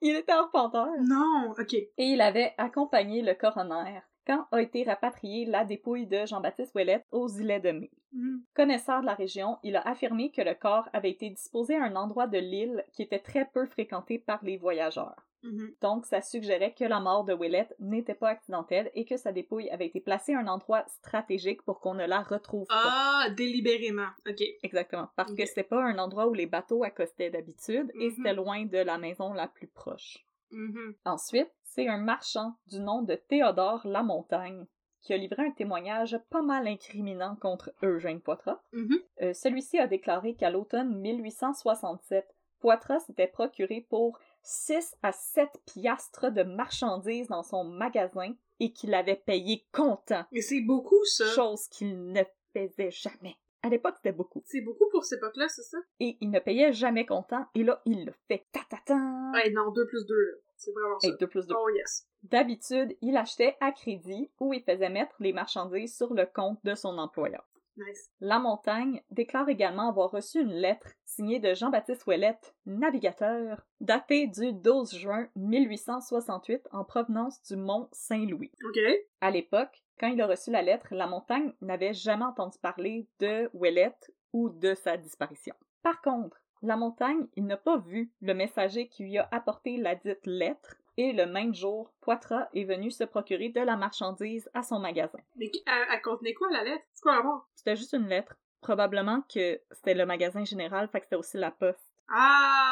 Speaker 2: Il était arpenteur.
Speaker 1: Non, ok.
Speaker 2: et il avait accompagné le coroner quand a été rapatriée la dépouille de Jean-Baptiste Ouellet aux îlets de Mai.
Speaker 1: Hmm.
Speaker 2: Connaisseur de la région, il a affirmé que le corps avait été disposé à un endroit de l'île qui était très peu fréquenté par les voyageurs.
Speaker 1: Mhm.
Speaker 2: Donc, ça suggérait que la mort de Ouellet n'était pas accidentelle et que sa dépouille avait été placée à un endroit stratégique pour qu'on ne la retrouve pas.
Speaker 1: Ah, délibérément. Ok.
Speaker 2: Exactement, parce que
Speaker 1: Ok.
Speaker 2: c'était pas un endroit où les bateaux accostaient d'habitude et
Speaker 1: Mhm.
Speaker 2: c'était loin de la maison la plus proche.
Speaker 1: Mhm.
Speaker 2: Ensuite, c'est un marchand du nom de Théodore Lamontagne qui a livré un témoignage pas mal incriminant contre Eugène Poitras.
Speaker 1: Mhm.
Speaker 2: Euh, Celui-ci a déclaré qu'à l'automne 1867, Poitras s'était procuré pour 6 à 7 piastres de marchandises dans son magasin et qu'il avait payé comptant,
Speaker 1: Mais c'est beaucoup, ça.
Speaker 2: chose qu'il ne faisait jamais. À l'époque, c'était beaucoup.
Speaker 1: C'est beaucoup pour cette époque-là, c'est ça?
Speaker 2: Et il ne payait jamais comptant, et là, il le fait. Ta ta ta!
Speaker 1: Ouais, non, 2 plus 2, c'est vraiment ça.
Speaker 2: Et 2 plus 2.
Speaker 1: Oh yes.
Speaker 2: D'habitude, il achetait à crédit ou il faisait mettre les marchandises sur le compte de son employeur.
Speaker 1: Nice.
Speaker 2: La Montagne déclare également avoir reçu une lettre signée de Jean-Baptiste Ouellette, navigateur, datée du 12 juin 1868 en provenance du mont Saint-Louis.
Speaker 1: OK.
Speaker 2: À l'époque, quand il a reçu la lettre, La Montagne n'avait jamais entendu parler de Ouellette ou de sa disparition. Par contre, La Montagne, il n'a pas vu le messager qui lui a apporté la dite lettre et le même jour, Poitras est venu se procurer de la marchandise à son magasin.
Speaker 1: Mais qui- elle, elle contenait quoi, la lettre? C'est quoi la mort?
Speaker 2: C'était juste une lettre. Probablement que c'était le magasin général, fait que c'était aussi la poste.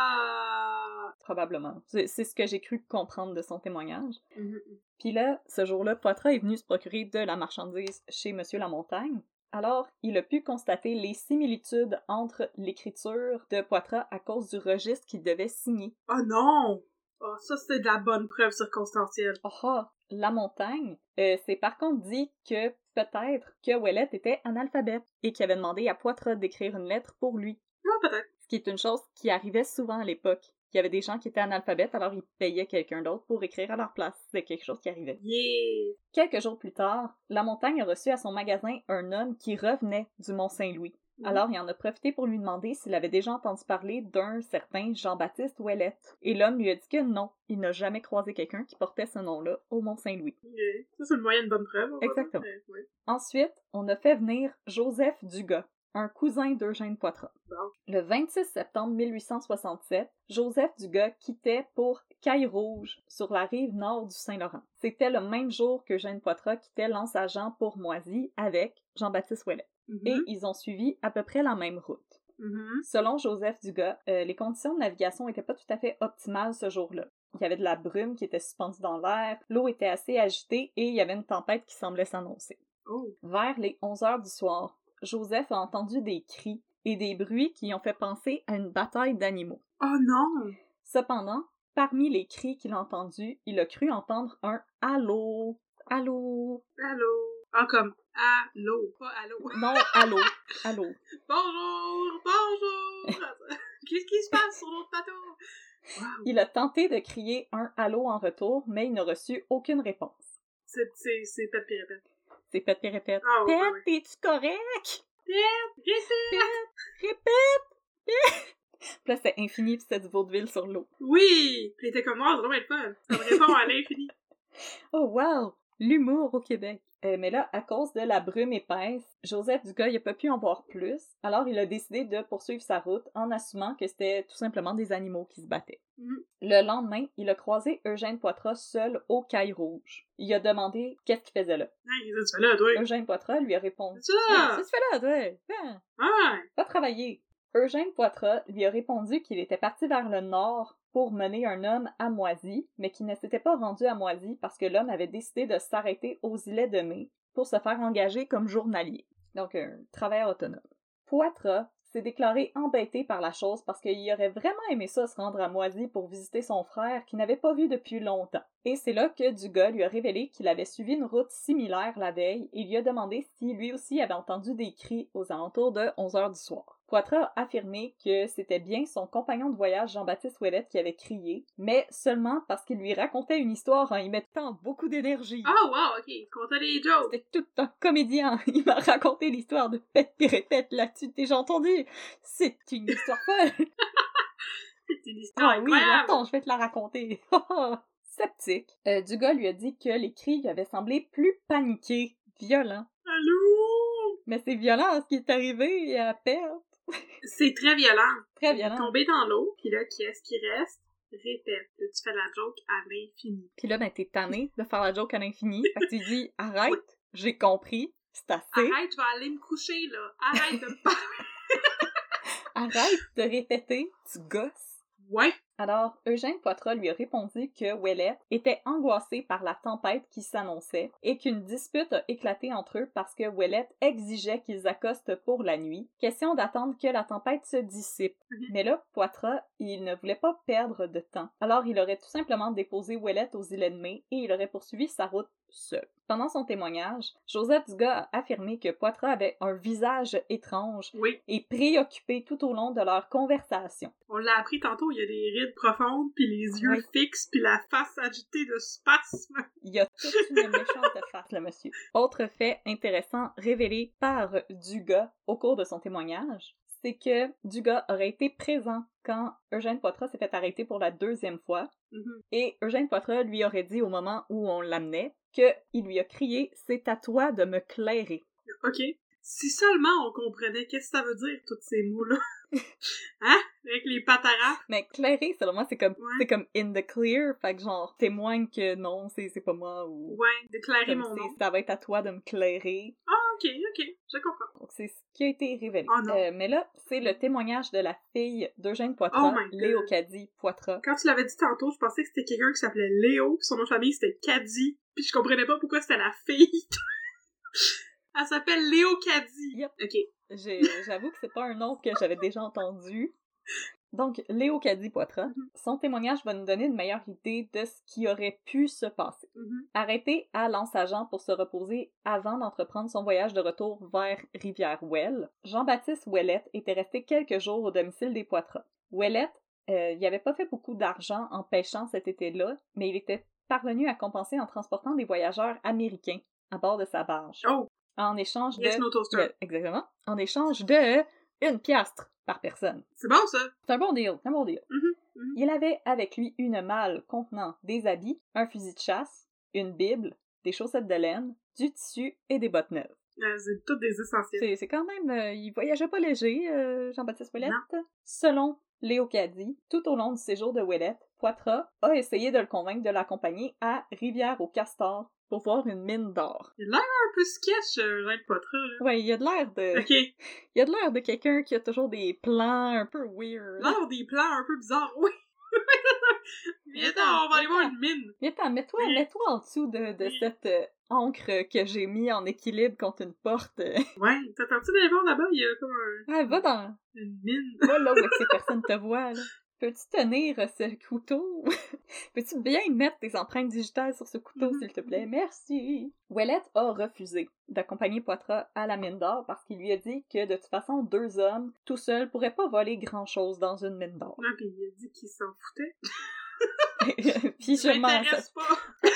Speaker 1: Ah!
Speaker 2: Probablement. C'est c'est ce que j'ai cru comprendre de son témoignage.
Speaker 1: Mhm.
Speaker 2: Puis là, ce jour-là, Poitras est venu se procurer de la marchandise chez Monsieur Lamontagne. Alors, il a pu constater les similitudes entre l'écriture de Poitras à cause du registre qu'il devait signer.
Speaker 1: Oh non! Oh, ça, c'est de la bonne preuve circonstancielle.
Speaker 2: Oh ah, la montagne, euh, c'est par contre dit que peut-être que Ouellette était analphabète et qu'il avait demandé à Poitras d'écrire une lettre pour lui.
Speaker 1: Non, Ah, peut-être.
Speaker 2: ce qui est une chose qui arrivait souvent à l'époque. Il y avait des gens qui étaient analphabètes, alors ils payaient quelqu'un d'autre pour écrire à leur place. C'est quelque chose qui arrivait.
Speaker 1: Yeah!
Speaker 2: Quelques jours plus tard, La Montagne a reçu à son magasin un homme qui revenait du Mont-Saint-Louis. Alors, il en a profité pour lui demander s'il avait déjà entendu parler d'un certain Jean-Baptiste Ouellette. Et l'homme lui a dit que non, il n'a jamais croisé quelqu'un qui portait ce nom-là au Mont-Saint-Louis.
Speaker 1: Yeah. Ça, c'est une moyenne bonne preuve. on va
Speaker 2: Exactement.
Speaker 1: dire, mais ouais.
Speaker 2: Ensuite, on a fait venir Joseph Dugas, un cousin d'Eugène Poitras.
Speaker 1: Bon.
Speaker 2: Le 26 septembre 1867, Joseph Dugas quittait pour Caille Rouge, sur la rive nord du Saint-Laurent. C'était le même jour que Eugène Poitras quittait l'Anse-Agent pour Moisy avec Jean-Baptiste Ouellet. Et
Speaker 1: Mhm.
Speaker 2: ils ont suivi à peu près la même route.
Speaker 1: Mhm.
Speaker 2: Selon Joseph Dugas, euh, les conditions de navigation n'étaient pas tout à fait optimales ce jour-là. Il y avait de la brume qui était suspendue dans l'air, l'eau était assez agitée et il y avait une tempête qui semblait s'annoncer.
Speaker 1: Oh.
Speaker 2: Vers les 11 heures du soir, Joseph a entendu des cris et des bruits qui ont fait penser à une bataille d'animaux.
Speaker 1: Oh non!
Speaker 2: Cependant, parmi les cris qu'il a entendus, il a cru entendre un Allô! Allô!
Speaker 1: Allô? Ah, comme allô, pas allô.
Speaker 2: Non, allô! Allô!
Speaker 1: Bonjour! Bonjour! Qu'est-ce qui se passe sur l'autre bateau?
Speaker 2: Il a tenté de crier un Allô en retour, mais il n'a reçu aucune réponse.
Speaker 1: C'est, c'est, c'est pas de pire, pas de pire.
Speaker 2: C'est pète, pète, répète.
Speaker 1: Ah oui,
Speaker 2: Pète,
Speaker 1: oui,
Speaker 2: t'es-tu correct?
Speaker 1: Qu'est-ce que c'est?
Speaker 2: Répète! Pète! Puis là, c'était infini, puis c'était du vaudeville sur l'eau.
Speaker 1: Oui! Puis il était comme moi, c'est vraiment le fun. Ça me répond à l'infini.
Speaker 2: Oh wow! L'humour au Québec. Euh, mais là, à cause de la brume épaisse, Joseph Dugas n'a pas pu en voir plus, alors il a décidé de poursuivre sa route en assumant que c'était tout simplement des animaux qui se battaient.
Speaker 1: Mhm.
Speaker 2: Le lendemain, il a croisé Eugène Poitras seul au Caille Rouge. Il a demandé qu'est-ce qu'il faisait là.
Speaker 1: Hey, qu'est-ce que tu fais là, toi?
Speaker 2: Eugène Poitras lui a répondu
Speaker 1: C'est
Speaker 2: Hey,
Speaker 1: ça!
Speaker 2: Qu'est-ce que tu fais là, toi? Hein?
Speaker 1: Ouais!
Speaker 2: pas travailler. Eugène Poitras lui a répondu qu'il était parti vers le nord pour mener un homme à Moisy, mais qu'il ne s'était pas rendu à Moisy parce que l'homme avait décidé de s'arrêter aux îlets de Mai pour se faire engager comme journalier, donc un travailleur autonome. Poitras s'est déclaré embêté par la chose parce qu'il aurait vraiment aimé ça se rendre à Moisy pour visiter son frère qu'il n'avait pas vu depuis longtemps. Et c'est là que Dugas lui a révélé qu'il avait suivi une route similaire la veille et lui a demandé si lui aussi avait entendu des cris aux alentours de 11 heures du soir. Poitras a affirmé que c'était bien son compagnon de voyage Jean-Baptiste Ouellette qui avait crié, mais seulement parce qu'il lui racontait une histoire en y mettant beaucoup d'énergie.
Speaker 1: Ah, wow, ok. Tu comptais les jokes.
Speaker 2: C'était tout un comédien. Il m'a raconté l'histoire de Pète et répète là-dessus. Déjà entendu. C'est une histoire folle.
Speaker 1: C'était une histoire
Speaker 2: Ah oui,
Speaker 1: incroyable.
Speaker 2: attends, je vais te la raconter. Sceptique. Euh, Dugas lui a dit que les cris lui avaient semblé plus paniqués, violents.
Speaker 1: Allô?
Speaker 2: Mais c'est violent hein, ce qui est arrivé à Pète.
Speaker 1: C'est très violent.
Speaker 2: Très violent.
Speaker 1: Tomber dans l'eau, puis là, qui est-ce qui reste? Répète. Là, tu fais la joke à l'infini.
Speaker 2: Puis là, ben, t'es tanné de faire la joke à l'infini. Fait que tu dis, arrête, j'ai compris, c'est assez.
Speaker 1: Arrête, je vais aller me coucher, là. Arrête de me parler.
Speaker 2: Arrête de répéter, tu gosses.
Speaker 1: Ouais.
Speaker 2: Alors, Eugène Poitras lui a répondu que Ouellet était angoissé par la tempête qui s'annonçait et qu'une dispute a éclaté entre eux parce que Ouellet exigeait qu'ils accostent pour la nuit, question d'attendre que la tempête se dissipe. Mais là, Poitras, il ne voulait pas perdre de temps. Alors, il aurait tout simplement déposé Ouellet aux îles ennemies et il aurait poursuivi sa route seul. Pendant son témoignage, Joseph Dugas a affirmé que Poitras avait un visage étrange
Speaker 1: Oui,
Speaker 2: et préoccupé tout au long de leur conversation.
Speaker 1: on l'a appris tantôt, il y a des rides profondes, puis les yeux
Speaker 2: Oui.
Speaker 1: fixes, puis la face agitée de spasme.
Speaker 2: Il a toute une méchante face, le monsieur. Autre fait intéressant révélé par Dugas au cours de son témoignage, c'est que Dugas aurait été présent quand Eugène Poitras s'est fait arrêter pour la deuxième fois
Speaker 1: Mhm.
Speaker 2: et Eugène Poitras lui aurait dit au moment où on l'amenait que il lui a crié « C'est à toi de me clairer
Speaker 1: OK. Si seulement on comprenait qu'est-ce que ça veut dire, tous ces mots-là. hein? Avec les patarafes. ».
Speaker 2: Mais clairer, selon moi, c'est comme,
Speaker 1: Ouais.
Speaker 2: c'est comme « in the clear », fait que genre témoigne que non, c'est c'est pas moi ou...
Speaker 1: Ouais, déclarer
Speaker 2: comme
Speaker 1: mon
Speaker 2: c'est-
Speaker 1: nom.
Speaker 2: ça va être à toi de me clairer.
Speaker 1: OK, OK, je comprends.
Speaker 2: Donc, c'est ce qui a été révélé.
Speaker 1: Oh non.
Speaker 2: Euh, mais là, c'est le témoignage de la fille d'Eugène Poitras,
Speaker 1: Oh my God.
Speaker 2: Léocadie Poitras.
Speaker 1: Quand tu l'avais dit tantôt, je pensais que c'était quelqu'un qui s'appelait Léo, puis son nom de famille c'était Caddy, puis je comprenais pas pourquoi c'était la fille. Elle s'appelle Léo Caddy.
Speaker 2: Yep.
Speaker 1: OK.
Speaker 2: J'ai- J'avoue que c'est pas un nom que j'avais déjà entendu. Donc, Léocadie Poitras,
Speaker 1: Mm-hmm.
Speaker 2: son témoignage va nous donner une meilleure idée de ce qui aurait pu se passer.
Speaker 1: Mhm.
Speaker 2: Arrêtée à Lens-Agent pour se reposer avant d'entreprendre son voyage de retour vers Rivière-Ouelle, Jean-Baptiste Ouellette était resté quelques jours au domicile des Poitras. Ouellette, euh, il n'avait pas fait beaucoup d'argent en pêchant cet été-là, mais il était parvenu à compenser en transportant des voyageurs américains à bord de sa barge.
Speaker 1: Oh!
Speaker 2: En échange de...
Speaker 1: Yes, no toaster.
Speaker 2: de- exactement. En échange de... Une piastre par personne.
Speaker 1: C'est bon, ça?
Speaker 2: C'est un bon deal, c'est un bon deal.
Speaker 1: Mhm, mhm.
Speaker 2: Il avait avec lui une malle contenant des habits, un fusil de chasse, une bible, des chaussettes de laine, du tissu et des bottes neuves.
Speaker 1: Euh, C'est toutes des essentiels.
Speaker 2: C'est c'est quand même... euh, il voyageait pas léger, euh, Jean-Baptiste Ouellette.
Speaker 1: Non.
Speaker 2: Selon Léo Caddy, tout au long du séjour de Ouellette, Poitras a essayé de le convaincre de l'accompagner à Rivière au Castor pour voir une mine d'or.
Speaker 1: Un peu sketch, euh, Jacques Poitras, là.
Speaker 2: Ouais, il y a de l'air de...
Speaker 1: OK.
Speaker 2: Il y a de l'air de quelqu'un qui a toujours des plans un peu weird.
Speaker 1: Là, on a des plans un peu bizarres. Oui! Mais attends, on va aller voir une mine.
Speaker 2: Mais attends, mets-toi
Speaker 1: Oui.
Speaker 2: mets-toi en dessous de, de
Speaker 1: Oui.
Speaker 2: cette euh, encre que j'ai mis en équilibre contre une porte. euh.
Speaker 1: Ouais, t'as parti d'aller voir là-bas, il y a comme un-
Speaker 2: Ah, va dans
Speaker 1: une mine.
Speaker 2: va là où est-ce que personne te voit, là. Peux-tu tenir euh, ce couteau? Peux-tu bien mettre tes empreintes digitales sur ce couteau,
Speaker 1: Mhm.
Speaker 2: s'il te plaît? Merci! Ouellette a refusé d'accompagner Poitras à la mine d'or parce qu'il lui a dit que de toute façon, deux hommes, tout seuls, pourraient pas voler grand-chose dans une mine d'or.
Speaker 1: Non, pis il a dit qu'il s'en foutait.
Speaker 2: Puis
Speaker 1: Ça
Speaker 2: je m'en...
Speaker 1: m'intéresse pas.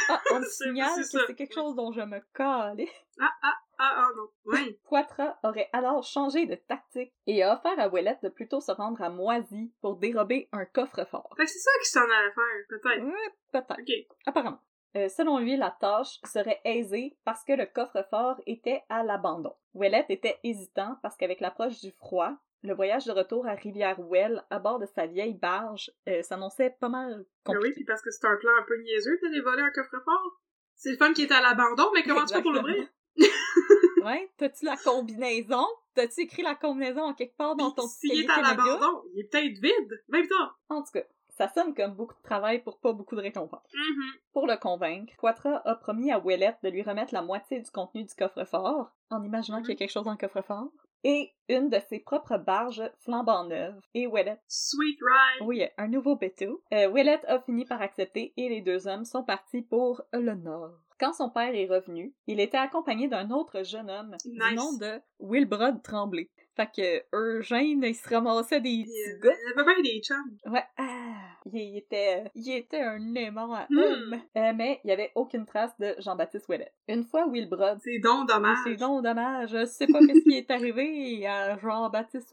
Speaker 2: Ah, on me
Speaker 1: C'est-
Speaker 2: signale
Speaker 1: c'est
Speaker 2: que
Speaker 1: ça.
Speaker 2: c'est quelque chose dont je me calais.
Speaker 1: Ah, ah, non. Ouais.
Speaker 2: Poitras aurait alors changé de tactique et a offert à Ouellette de plutôt se rendre à Moisy pour dérober un coffre-fort.
Speaker 1: Fait que c'est ça qu'il s'en allait faire, peut-être.
Speaker 2: Ouais, peut-être,
Speaker 1: Ok. Ben
Speaker 2: apparemment. Euh, selon lui, la tâche serait aisée parce que le coffre-fort était à l'abandon. Ouellette était hésitant parce qu'avec l'approche du froid, le voyage de retour à Rivière-Ouelle à bord de sa vieille barge euh, s'annonçait pas mal
Speaker 1: Ben oui,
Speaker 2: compliqué.
Speaker 1: pis parce que c'est un plan un peu niaiseux d'aller voler un coffre-fort. C'est le fun qui est à l'abandon, mais comment tu fais pour l'ouvrir? Ah
Speaker 2: ouais, t'as-tu la combinaison? T'as-tu écrit la combinaison en quelque part dans ton petit
Speaker 1: S'il
Speaker 2: cahier
Speaker 1: est à
Speaker 2: Kamiga?
Speaker 1: l'abandon, il est peut-être vide. Même temps.
Speaker 2: En tout cas, ça sonne comme beaucoup de travail pour pas beaucoup de récompenses.
Speaker 1: Mhm.
Speaker 2: Pour le convaincre, Poitras a promis à Ouellette de lui remettre la moitié du contenu du coffre-fort, en imaginant
Speaker 1: Mhm.
Speaker 2: qu'il y a quelque chose dans le coffre-fort, et une de ses propres barges flambant neuve. Et Ouellette,
Speaker 1: Sweet ride.
Speaker 2: oui, un nouveau bétou. Euh, Ouellette a fini par accepter et les deux hommes sont partis pour le Nord. Quand son père est revenu, il était accompagné d'un autre jeune homme du
Speaker 1: Nice.
Speaker 2: nom de Wilbrod Tremblay. Fait que euh, Eugène, il se ramassait
Speaker 1: Pis,
Speaker 2: des petits
Speaker 1: euh,
Speaker 2: gars
Speaker 1: Il avait bien des chums.
Speaker 2: Ouais, ah, il, il était, il était un aimant à
Speaker 1: Hmm.
Speaker 2: homme. Euh, mais il n'y avait aucune trace de Jean-Baptiste Ouellet. Une fois Wilbrod,
Speaker 1: C'est donc
Speaker 2: c'est
Speaker 1: dommage.
Speaker 2: donc dommage, je sais pas qu'est-ce qui est arrivé à Jean-Baptiste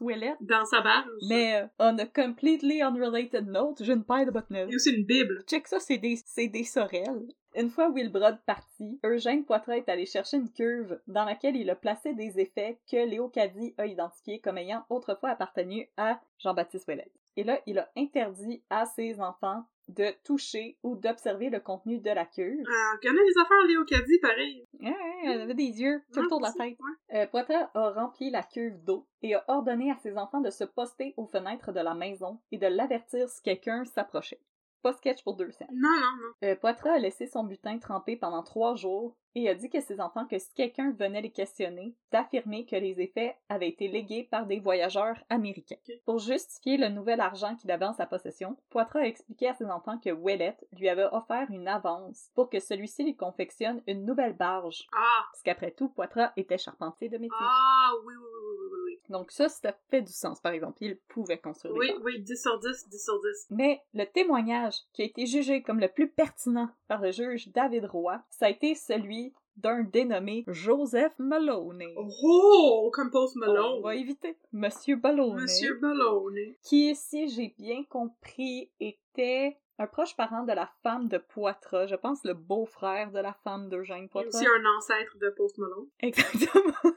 Speaker 2: Ouellet,
Speaker 1: Dans sa barge.
Speaker 2: mais euh, on a completely unrelated note, j'ai une paire de bottes neuves.
Speaker 1: Il y a aussi une Bible.
Speaker 2: Check ça, c'est des, c'est des sorelles. Une fois Wilbrod parti, Eugène Poitras est allé chercher une cuve dans laquelle il a placé des effets que Léo Caddy a identifiés comme ayant autrefois appartenu à Jean-Baptiste Ouellet. Et là, il a interdit à ses enfants de toucher ou d'observer le contenu de la cure.
Speaker 1: Alors, on connaît les affaires Léo Caddy, pareil.
Speaker 2: Ouais, ouais, elle avait des yeux tout
Speaker 1: Ouais,
Speaker 2: le tour de la
Speaker 1: c'est-
Speaker 2: tête.
Speaker 1: ouais.
Speaker 2: Euh, Poitras a rempli la cuve d'eau et a ordonné à ses enfants de se poster aux fenêtres de la maison et de l'avertir si quelqu'un s'approchait. Pas sketch pour deux cents.
Speaker 1: Non, non, non.
Speaker 2: Euh, Poitras a laissé son butin tremper pendant trois jours et a dit que ses enfants que si quelqu'un venait les questionner, d'affirmer que les effets avaient été légués par des voyageurs américains.
Speaker 1: Ok.
Speaker 2: Pour justifier le nouvel argent qu'il avait en sa possession, Poitras a expliqué à ses enfants que Ouellet lui avait offert une avance pour que celui-ci lui confectionne une nouvelle barge,
Speaker 1: Ah,
Speaker 2: parce qu'après tout, Poitras était charpentier de métier.
Speaker 1: ah, oui, oui, oui, oui, oui,
Speaker 2: Donc ça, ça fait du sens, par exemple. Il pouvait construire des
Speaker 1: oui. Oui,
Speaker 2: barges.
Speaker 1: oui, 10 sur 10, 10 sur 10.
Speaker 2: Mais le témoignage qui a été jugé comme le plus pertinent par le juge David Roy, ça a été celui d'un dénommé Joseph Maloney.
Speaker 1: Oh, comme Post
Speaker 2: On
Speaker 1: Malone.
Speaker 2: va éviter. Monsieur Maloney.
Speaker 1: Monsieur Malone.
Speaker 2: Qui, si j'ai bien compris, était un proche parent de la femme de Poitras. Je pense le beau-frère de la femme d'Eugène
Speaker 1: Il est
Speaker 2: Poitras.
Speaker 1: aussi un ancêtre de Post Malone.
Speaker 2: Exactement.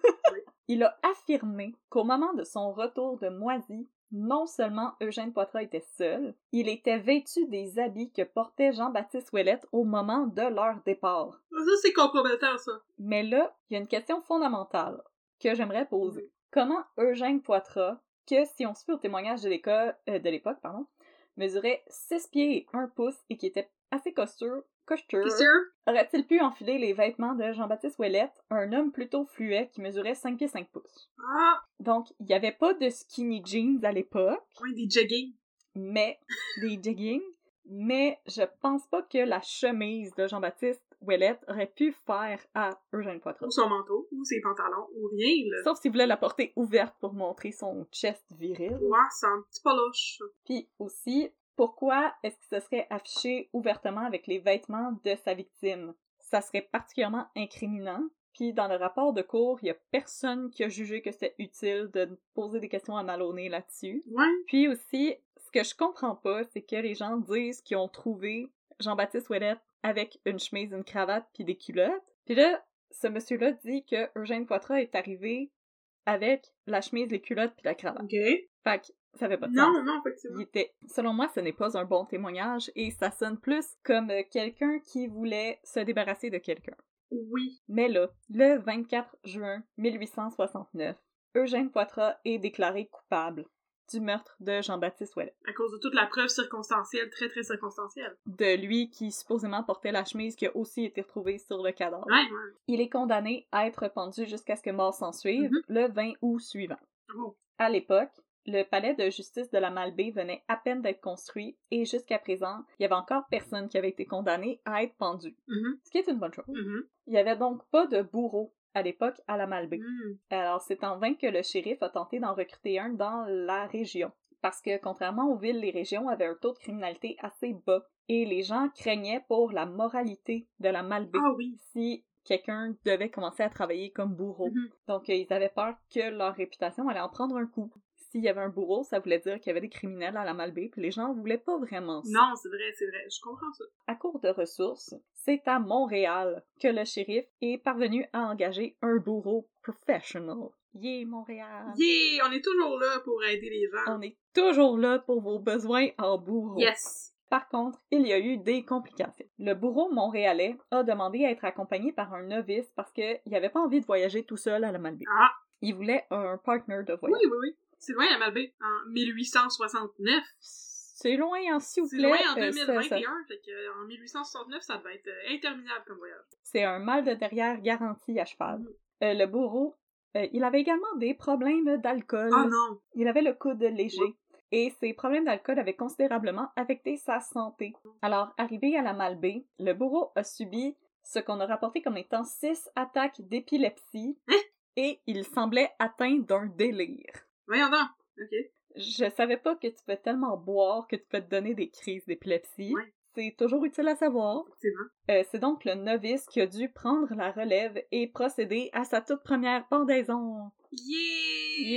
Speaker 2: Il a affirmé qu'au moment de son retour de Moisy, non seulement Eugène Poitras était seul, il était vêtu des habits que portait Jean-Baptiste Ouellette au moment de leur départ.
Speaker 1: Ça, c'est compromettant, ça.
Speaker 2: Mais là, il y a une question fondamentale que j'aimerais poser. Comment Eugène Poitras, que si on se fait au témoignage de l'école- euh, de l'époque, pardon, mesurait 6 pieds et 1 pouce et qui était assez costure, costure,
Speaker 1: T'es sûr?
Speaker 2: Aurait-il pu enfiler les vêtements de Jean-Baptiste Ouellette, un homme plutôt fluet qui mesurait 5 pieds 5 pouces?
Speaker 1: Ah,
Speaker 2: Donc, il n'y avait pas de skinny jeans à l'époque,
Speaker 1: oui, des jogging.
Speaker 2: mais des jeggings, mais je pense pas que la chemise de Jean-Baptiste Ouellette aurait pu faire à Eugène Poitras.
Speaker 1: Ou son manteau, ou ses pantalons, ou rien, là.
Speaker 2: Sauf s'il voulait la porter ouverte pour montrer son chest viril.
Speaker 1: Ouais, c'est un petit poloche. ça.
Speaker 2: Puis aussi, pourquoi est-ce qu'il se serait affiché ouvertement avec les vêtements de sa victime? Ça serait particulièrement incriminant. Puis dans le rapport de cours, il y a personne qui a jugé que c'était utile de poser des questions à Maloney là-dessus.
Speaker 1: Ouais.
Speaker 2: Puis aussi, ce que je comprends pas, c'est que les gens disent qu'ils ont trouvé Jean-Baptiste Ouellette avec une chemise, une cravate puis des culottes. Puis là, ce monsieur-là dit que Eugène Poitras est arrivé avec la chemise, les culottes puis la cravate.
Speaker 1: Ok.
Speaker 2: Fait que ça fait pas de sens.
Speaker 1: Non, non,
Speaker 2: Il
Speaker 1: effectivement.
Speaker 2: était, selon moi, ce n'est pas un bon témoignage et ça sonne plus comme euh, quelqu'un qui voulait se débarrasser de quelqu'un.
Speaker 1: Oui.
Speaker 2: Mais là, le 24 juin 1869, Eugène Poitras est déclaré coupable du meurtre de Jean-Baptiste Ouellet.
Speaker 1: À cause de toute la preuve circonstancielle, très, très circonstancielle.
Speaker 2: De lui qui supposément portait la chemise qui a aussi été retrouvée sur le cadavre.
Speaker 1: Ouais, ouais.
Speaker 2: Il est condamné à être pendu jusqu'à ce que mort s'en suive
Speaker 1: Mhm.
Speaker 2: le 20 août suivant.
Speaker 1: Oh.
Speaker 2: À l'époque, le palais de justice de la Malbaie venait à peine d'être construit et jusqu'à présent, il y avait encore personne qui avait été condamné à être pendu,
Speaker 1: Mhm,
Speaker 2: ce qui est une bonne chose.
Speaker 1: mhm,
Speaker 2: Il n'y avait donc pas de bourreau à l'époque à la Malbaie.
Speaker 1: mhm.
Speaker 2: Alors c'est en vain que le shérif a tenté d'en recruter un dans la région, parce que contrairement aux villes, les régions avaient un taux de criminalité assez bas et les gens craignaient pour la moralité de la Malbaie
Speaker 1: Ah oui.
Speaker 2: si quelqu'un devait commencer à travailler comme bourreau.
Speaker 1: Mhm.
Speaker 2: Donc, euh, ils avaient peur que leur réputation allait en prendre un coup. S'il y avait un bourreau, ça voulait dire qu'il y avait des criminels à la Malbaie, puis les gens voulaient pas vraiment ça.
Speaker 1: Non, c'est vrai, c'est vrai. Je comprends ça.
Speaker 2: À court de ressources, c'est à Montréal que le shérif est parvenu à engager un bourreau professional. Yeah, Montréal!
Speaker 1: Yeah! On est toujours là pour aider les gens.
Speaker 2: On est toujours là pour vos besoins en bourreau.
Speaker 1: Yes!
Speaker 2: Par contre, il y a eu des complications. Le bourreau montréalais a demandé à être accompagné par un novice parce qu'il n'avait pas envie de voyager tout seul à la Malbaie.
Speaker 1: Ah.
Speaker 2: Il voulait un partner de
Speaker 1: Oui,
Speaker 2: voyage.
Speaker 1: oui, oui. C'est loin la Malbaie. En 1869.
Speaker 2: C'est loin, hein, s'il vous
Speaker 1: C'est
Speaker 2: plaît.
Speaker 1: loin en
Speaker 2: euh, ça- ça-
Speaker 1: 2021. Fait que euh, en 1869, ça devait être euh, interminable comme voyage.
Speaker 2: C'est un mal de derrière garanti à cheval.
Speaker 1: Mm.
Speaker 2: Euh, le bourreau, euh, il avait également des problèmes d'alcool.
Speaker 1: Oh non!
Speaker 2: Il avait le coude léger et ses problèmes d'alcool avaient considérablement affecté sa santé. Alors, arrivé à la Malbaie, le bourreau a subi ce qu'on a rapporté comme étant six attaques d'épilepsie
Speaker 1: Hein?
Speaker 2: et il semblait atteint d'un délire.
Speaker 1: Voyons donc! Ok.
Speaker 2: Je savais pas que tu peux tellement boire que tu peux te donner des crises d'épilepsie.
Speaker 1: Ouais.
Speaker 2: C'est toujours utile à savoir.
Speaker 1: Effectivement.
Speaker 2: Euh, c'est donc le novice qui a dû prendre la relève et procéder à sa toute première pendaison.
Speaker 1: Yeah!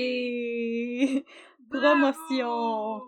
Speaker 2: Yeah!
Speaker 1: Bravo!
Speaker 2: Promotion!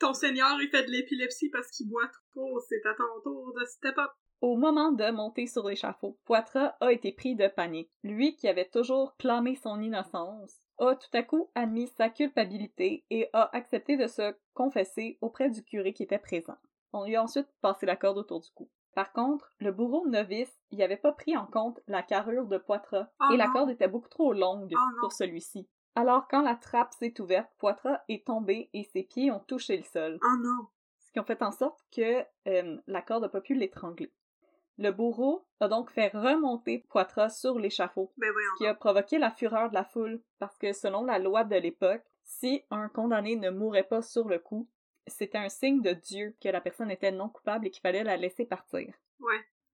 Speaker 1: Ton seigneur, il fait de l'épilepsie parce qu'il boit trop. C'est à ton tour de step up.
Speaker 2: Au moment de monter sur l'échafaud, Poitras a été pris de panique. Lui qui avait toujours clamé son innocence a tout à coup admis sa culpabilité et a accepté de se confesser auprès du curé qui était présent. On lui a ensuite passé la corde autour du cou. Par contre, le bourreau novice n'y avait pas pris en compte la carrure de Poitras
Speaker 1: Oh
Speaker 2: et la
Speaker 1: non.
Speaker 2: corde était beaucoup trop longue
Speaker 1: Oh non.
Speaker 2: pour celui-ci. Alors quand la trappe s'est ouverte, Poitras est tombé et ses pieds ont touché le sol
Speaker 1: Oh non!
Speaker 2: ce qui ont fait en sorte que euh, la corde n'a pas pu l'étrangler. Le bourreau a donc fait remonter Poitras sur l'échafaud,
Speaker 1: Ben voyons.
Speaker 2: ce qui a provoqué la fureur de la foule, parce que selon la loi de l'époque, si un condamné ne mourait pas sur le coup, c'était un signe de Dieu que la personne était non coupable et qu'il fallait la laisser partir.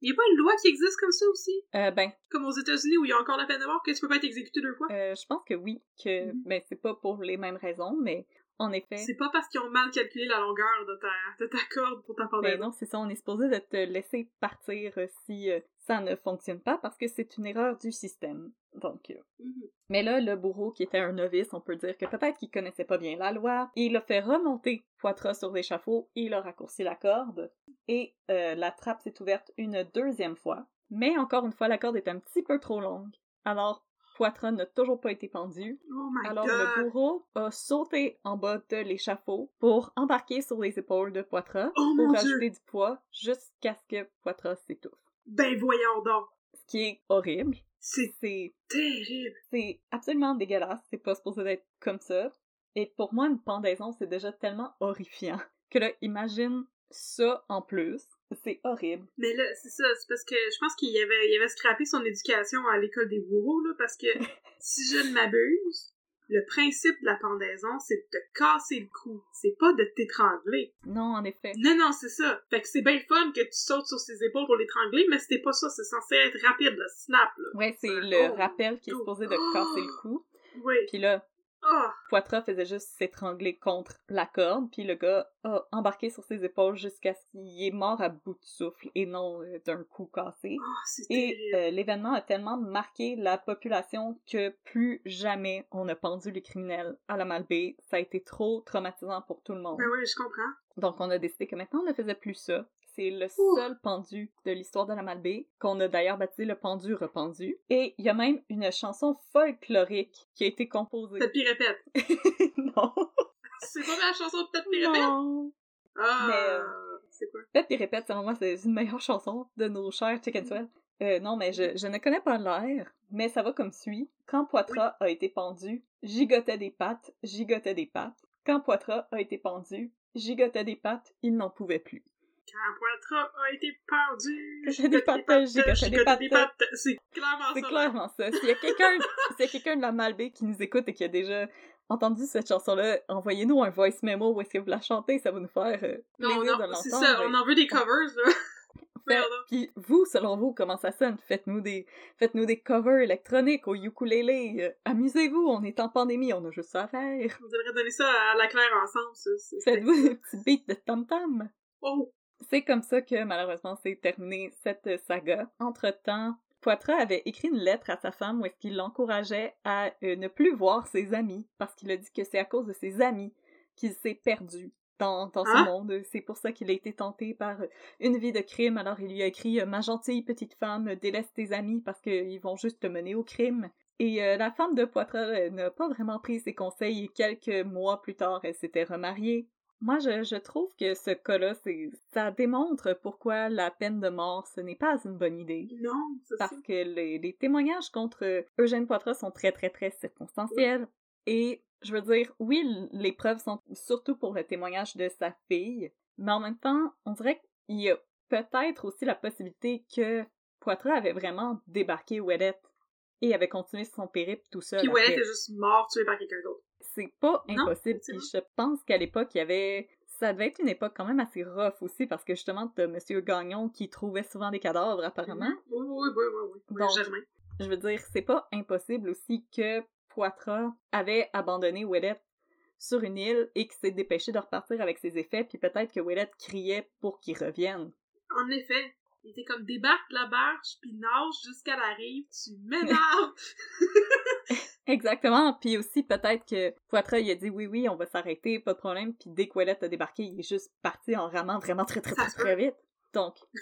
Speaker 1: Il y a pas une loi qui existe comme ça aussi?
Speaker 2: Euh, ben,
Speaker 1: Comme aux États-Unis où il y a encore la peine de mort que tu peux pas être exécuté deux fois?
Speaker 2: euh, je pense que oui, que
Speaker 1: Mhm.
Speaker 2: ben, c'est pas pour les mêmes raisons, mais en effet,
Speaker 1: C'est pas parce qu'ils ont mal calculé la longueur de ta, de ta corde pour ta
Speaker 2: Ben
Speaker 1: pendaison.
Speaker 2: non, c'est ça, on est supposé de te laisser partir euh, si euh, ça ne fonctionne pas parce que c'est une erreur du système. Donc, euh,
Speaker 1: Mhm.
Speaker 2: mais là, le bourreau qui était un novice, on peut dire que peut-être qu'il connaissait pas bien la loi, il a fait remonter Poitras sur l'échafaud, il a raccourci la corde et euh, la trappe s'est ouverte une deuxième fois. Mais encore une fois, la corde est un petit peu trop longue. Alors, Poitras n'a toujours pas été pendu.
Speaker 1: Oh my
Speaker 2: Alors,
Speaker 1: god!
Speaker 2: le bourreau a sauté en bas de l'échafaud pour embarquer sur les épaules de Poitras
Speaker 1: Oh mon
Speaker 2: pour
Speaker 1: dieu!
Speaker 2: ajouter du poids jusqu'à ce que Poitras s'étouffe.
Speaker 1: Ben voyons donc!
Speaker 2: Ce qui est horrible.
Speaker 1: C'est
Speaker 2: C'est,
Speaker 1: terrible!
Speaker 2: c'est absolument dégueulasse. C'est pas supposé d'être comme ça. Et pour moi, une pendaison, c'est déjà tellement horrifiant que là, imagine ça en plus. C'est horrible.
Speaker 1: Mais là, c'est ça, c'est parce que je pense qu'il avait, il avait scrappé son éducation à l'école des bourreaux, là, parce que si je ne m'abuse, le principe de la pendaison, c'est de te casser le cou, c'est pas de t'étrangler.
Speaker 2: Non, en effet.
Speaker 1: Non, non, c'est ça. Fait que c'est bien le fun que tu sautes sur ses épaules pour l'étrangler, mais c'était pas ça, c'est censé être rapide, le snap, là.
Speaker 2: Ouais, c'est le
Speaker 1: Oh,
Speaker 2: rappel qui est
Speaker 1: oh,
Speaker 2: supposé de casser le cou.
Speaker 1: Oui.
Speaker 2: Puis là,
Speaker 1: Ah!
Speaker 2: Poitras faisait juste s'étrangler contre la corde, puis le gars a embarqué sur ses épaules jusqu'à ce qu'il est mort à bout de souffle et non euh, d'un coup cassé.
Speaker 1: Ah, c'est
Speaker 2: Et
Speaker 1: terrible.
Speaker 2: euh, l'événement a tellement marqué la population que plus jamais on a pendu les criminels à la Malbaie. Ça a été trop traumatisant pour tout le monde.
Speaker 1: Ben oui, je comprends.
Speaker 2: Donc on a décidé que maintenant on ne faisait plus ça. C'est le
Speaker 1: Ouh.
Speaker 2: seul pendu de l'histoire de la Malbaie qu'on a d'ailleurs baptisé le pendu rependu. Et il y a même une chanson folklorique qui a été composée.
Speaker 1: Peut-être pis répète.
Speaker 2: non.
Speaker 1: C'est pas la chanson de Peut-être pis répète?
Speaker 2: non. euh,
Speaker 1: Ah! C'est quoi?
Speaker 2: Pep et répète, selon moi, c'est une meilleure chanson de nos chers Chicken Swell. Euh, non, mais je, je ne connais pas l'air, mais ça va comme suit. Quand Poitras a été pendu, gigotait des pattes, gigotait des pattes. Quand Poitras a été pendu, gigotait des pattes, il n'en pouvait plus.
Speaker 1: Quand Poitras a été pendu,
Speaker 2: J'ai des patates, j'ai caché des
Speaker 1: j'ai des
Speaker 2: patates.
Speaker 1: patates. C'est clairement
Speaker 2: C'est
Speaker 1: Ah, ça.
Speaker 2: clairement ça. S'il y a quelqu'un s'il y a quelqu'un de la Malbaie qui nous écoute et qui a déjà entendu cette chanson-là, envoyez-nous un voice memo où est-ce que vous la chantez, ça va nous faire euh,
Speaker 1: Non,
Speaker 2: plaisir de
Speaker 1: non, c'est
Speaker 2: l'entendre.
Speaker 1: ça, on en veut des covers, là.
Speaker 2: Fait-
Speaker 1: Merde.
Speaker 2: Puis vous, selon vous, comment ça sonne? Faites-nous des, faites-nous des covers électroniques au ukulélé. euh, amusez-vous, on est en pandémie, on a juste ça à faire.
Speaker 1: On devrait donner ça à la Claire ensemble, ça. C'est-
Speaker 2: Faites-vous des petits beats de tam-tam.
Speaker 1: Oh!
Speaker 2: C'est comme ça que malheureusement c'est terminé cette saga. Entre-temps, Poitras avait écrit une lettre à sa femme où est-ce qu'il l'encourageait à euh, ne plus voir ses amis parce qu'il a dit que c'est à cause de ses amis qu'il s'est perdu dans, dans
Speaker 1: Hein?
Speaker 2: ce monde. C'est pour ça qu'il a été tenté par euh, une vie de crime. Alors il lui a écrit « Ma gentille petite femme, délaisse tes amis parce qu'ils vont juste te mener au crime. » Et euh, la femme de Poitras euh, n'a pas vraiment pris ses conseils et quelques mois plus tard, elle s'était remariée. Moi, je, je trouve que ce cas-là, c'est- ça démontre pourquoi la peine de mort, ce n'est pas une bonne idée.
Speaker 1: Non, c'est ça.
Speaker 2: Parce que les, les témoignages contre Eugène Poitras sont très, très, très circonstanciels. Et je veux dire, oui, l- les preuves sont surtout pour le témoignage de sa fille, mais en même temps, on dirait qu'il y a peut-être aussi la possibilité que Poitras avait vraiment débarqué Ouellette et avait continué son périple tout seul.
Speaker 1: Puis
Speaker 2: après
Speaker 1: Wallet est juste mort, tué par quelqu'un d'autre.
Speaker 2: c'est pas
Speaker 1: Non,
Speaker 2: impossible.
Speaker 1: c'est
Speaker 2: Puis je pense qu'à l'époque, il y avait. Ça devait être une époque quand même assez rough aussi, parce que justement, t'as Monsieur Gagnon qui trouvait souvent des cadavres, apparemment.
Speaker 1: Oui, oui, oui, oui, oui. oui
Speaker 2: Donc,
Speaker 1: Germain.
Speaker 2: Je veux dire, c'est pas impossible aussi que Poitras avait abandonné Ouellette sur une île et qu'il s'est dépêché de repartir avec ses effets, puis peut-être que Ouellette criait pour qu'il revienne.
Speaker 1: En effet, il était comme débarque de la barge, puis nage jusqu'à la rive, tu m'énerves!
Speaker 2: Exactement, puis aussi peut-être que Poitras, il a dit oui, oui, on va s'arrêter, pas de problème, puis dès que Ouellette a débarqué, il est juste parti en ramant vraiment très, très,
Speaker 1: Ça
Speaker 2: très,
Speaker 1: se
Speaker 2: très vite. Donc, il-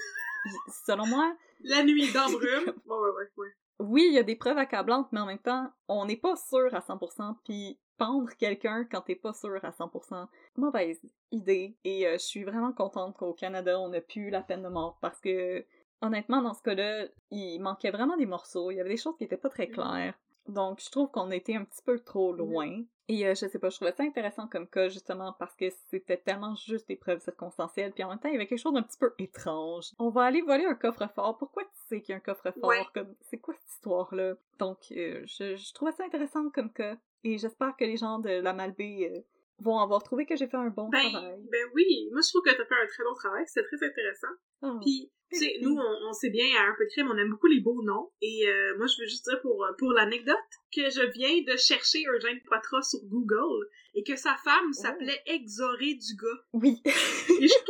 Speaker 2: selon moi,
Speaker 1: la nuit d'embrume. Ouais, ouais, ouais, ouais.
Speaker 2: oui, il y a des preuves accablantes, mais en même temps, on n'est pas sûr à 100%, puis pendre quelqu'un quand t'es pas sûr à 100%, mauvaise idée. Et euh, je suis vraiment contente qu'au Canada, on n'a plus la peine de mort, parce que, honnêtement, dans ce cas-là, il manquait vraiment des morceaux, il y avait des choses qui étaient pas très claires. Donc, je trouve qu'on était un petit peu trop loin. Et euh, je sais pas, je trouvais ça intéressant comme cas, justement, parce que c'était tellement juste des preuves circonstancielles, puis en même temps, il y avait quelque chose d'un petit peu étrange. On va aller voler un coffre-fort. Pourquoi tu sais qu'il y a un coffre-fort?
Speaker 1: Ouais.
Speaker 2: Comme, c'est quoi cette histoire-là? Donc, euh, je, je trouvais ça intéressant comme cas, et j'espère que les gens de la Malbaie euh, vont avoir trouvé que j'ai fait un bon
Speaker 1: Ben,
Speaker 2: travail.
Speaker 1: ben oui, moi je trouve que t'as fait un très bon travail, c'est très intéressant.
Speaker 2: Ah.
Speaker 1: Puis, tu sais, nous, on, on sait bien, à un peu de crime, on aime beaucoup les beaux noms. Et euh, moi, je veux juste dire pour, euh, pour l'anecdote que je viens de chercher Eugène Poitras sur Google et que sa femme s'appelait Exoré Dugas.
Speaker 2: Oh. Oui.
Speaker 1: Et je-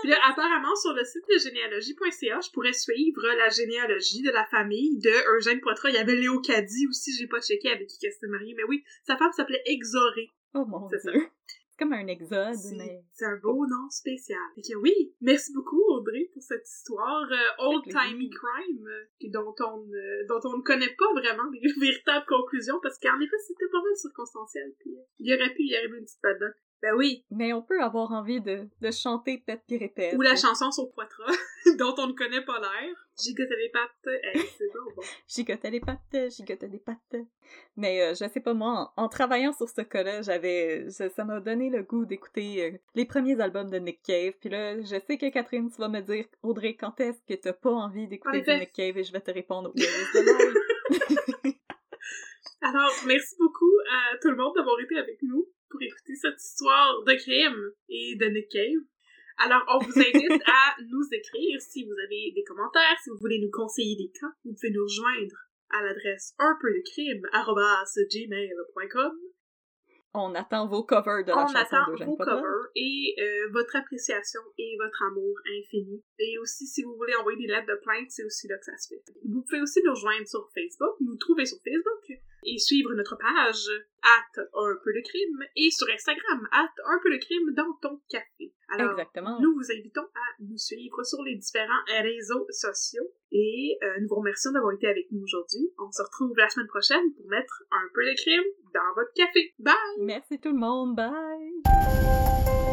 Speaker 1: Puis là, apparemment, sur le site de généalogie.ca, je pourrais suivre la généalogie de la famille de Eugène Poitras. Il y avait Léo Caddy aussi, j'ai pas checké avec qui qu'elle s'était mariée, mais oui, sa femme s'appelait Exoré.
Speaker 2: oh mon
Speaker 1: C'est
Speaker 2: dieu.
Speaker 1: ça.
Speaker 2: C'est comme un exode,
Speaker 1: C'est-
Speaker 2: mais...
Speaker 1: C'est un beau nom spécial. Fait que oui, merci beaucoup Audrey pour cette histoire old timey
Speaker 2: plaisir.
Speaker 1: crime euh, qui- dont on euh, dont on ne connaît pas vraiment les véritables conclusions parce qu'en effet c'était pas mal circonstanciel puis euh, il y aurait pu y arriver une petite padotte. Ben oui,
Speaker 2: Mais on peut avoir envie de, de chanter Pète puis répète.
Speaker 1: ou la chanson sur Poitras dont on ne connaît pas l'air. Gigoter les pattes, hey, c'est bon, bon.
Speaker 2: Gigotais les pattes, gigotais les pattes. Mais euh, je sais pas, moi, en, en travaillant sur ce cas-là, j'avais, je- ça m'a donné le goût d'écouter euh, les premiers albums de Nick Cave. Puis là, je sais que Catherine, tu vas me dire, Audrey, quand est-ce que t'as pas envie
Speaker 1: En
Speaker 2: d'écouter du
Speaker 1: effet.
Speaker 2: Nick Cave? Et je vais te répondre, Where is the light?
Speaker 1: Alors, merci beaucoup à tout le monde d'avoir été avec nous pour écouter cette histoire de crime et de Nick Cave. Alors, on vous invite à nous écrire si vous avez des commentaires, si vous voulez nous conseiller des cas, vous pouvez nous rejoindre à l'adresse un peu de crime gmail.com.
Speaker 2: On attend vos covers de la
Speaker 1: On
Speaker 2: chanson
Speaker 1: attend
Speaker 2: d'Eugène
Speaker 1: vos
Speaker 2: Poitras.
Speaker 1: covers et euh, votre appréciation et votre amour infini. Et aussi, si vous voulez envoyer des lettres de plainte, c'est aussi là que ça se fait. Vous pouvez aussi nous rejoindre sur Facebook, nous trouver sur Facebook et suivre notre page at un peu le crime et sur Instagram at un peu le crime dans ton café. Alors,
Speaker 2: Exactement.
Speaker 1: nous vous invitons à nous suivre sur les différents réseaux sociaux et euh, nous vous remercions d'avoir été avec nous aujourd'hui. On se retrouve la semaine prochaine pour mettre un peu de crime dans votre café. Bye!
Speaker 2: Merci tout le monde, bye!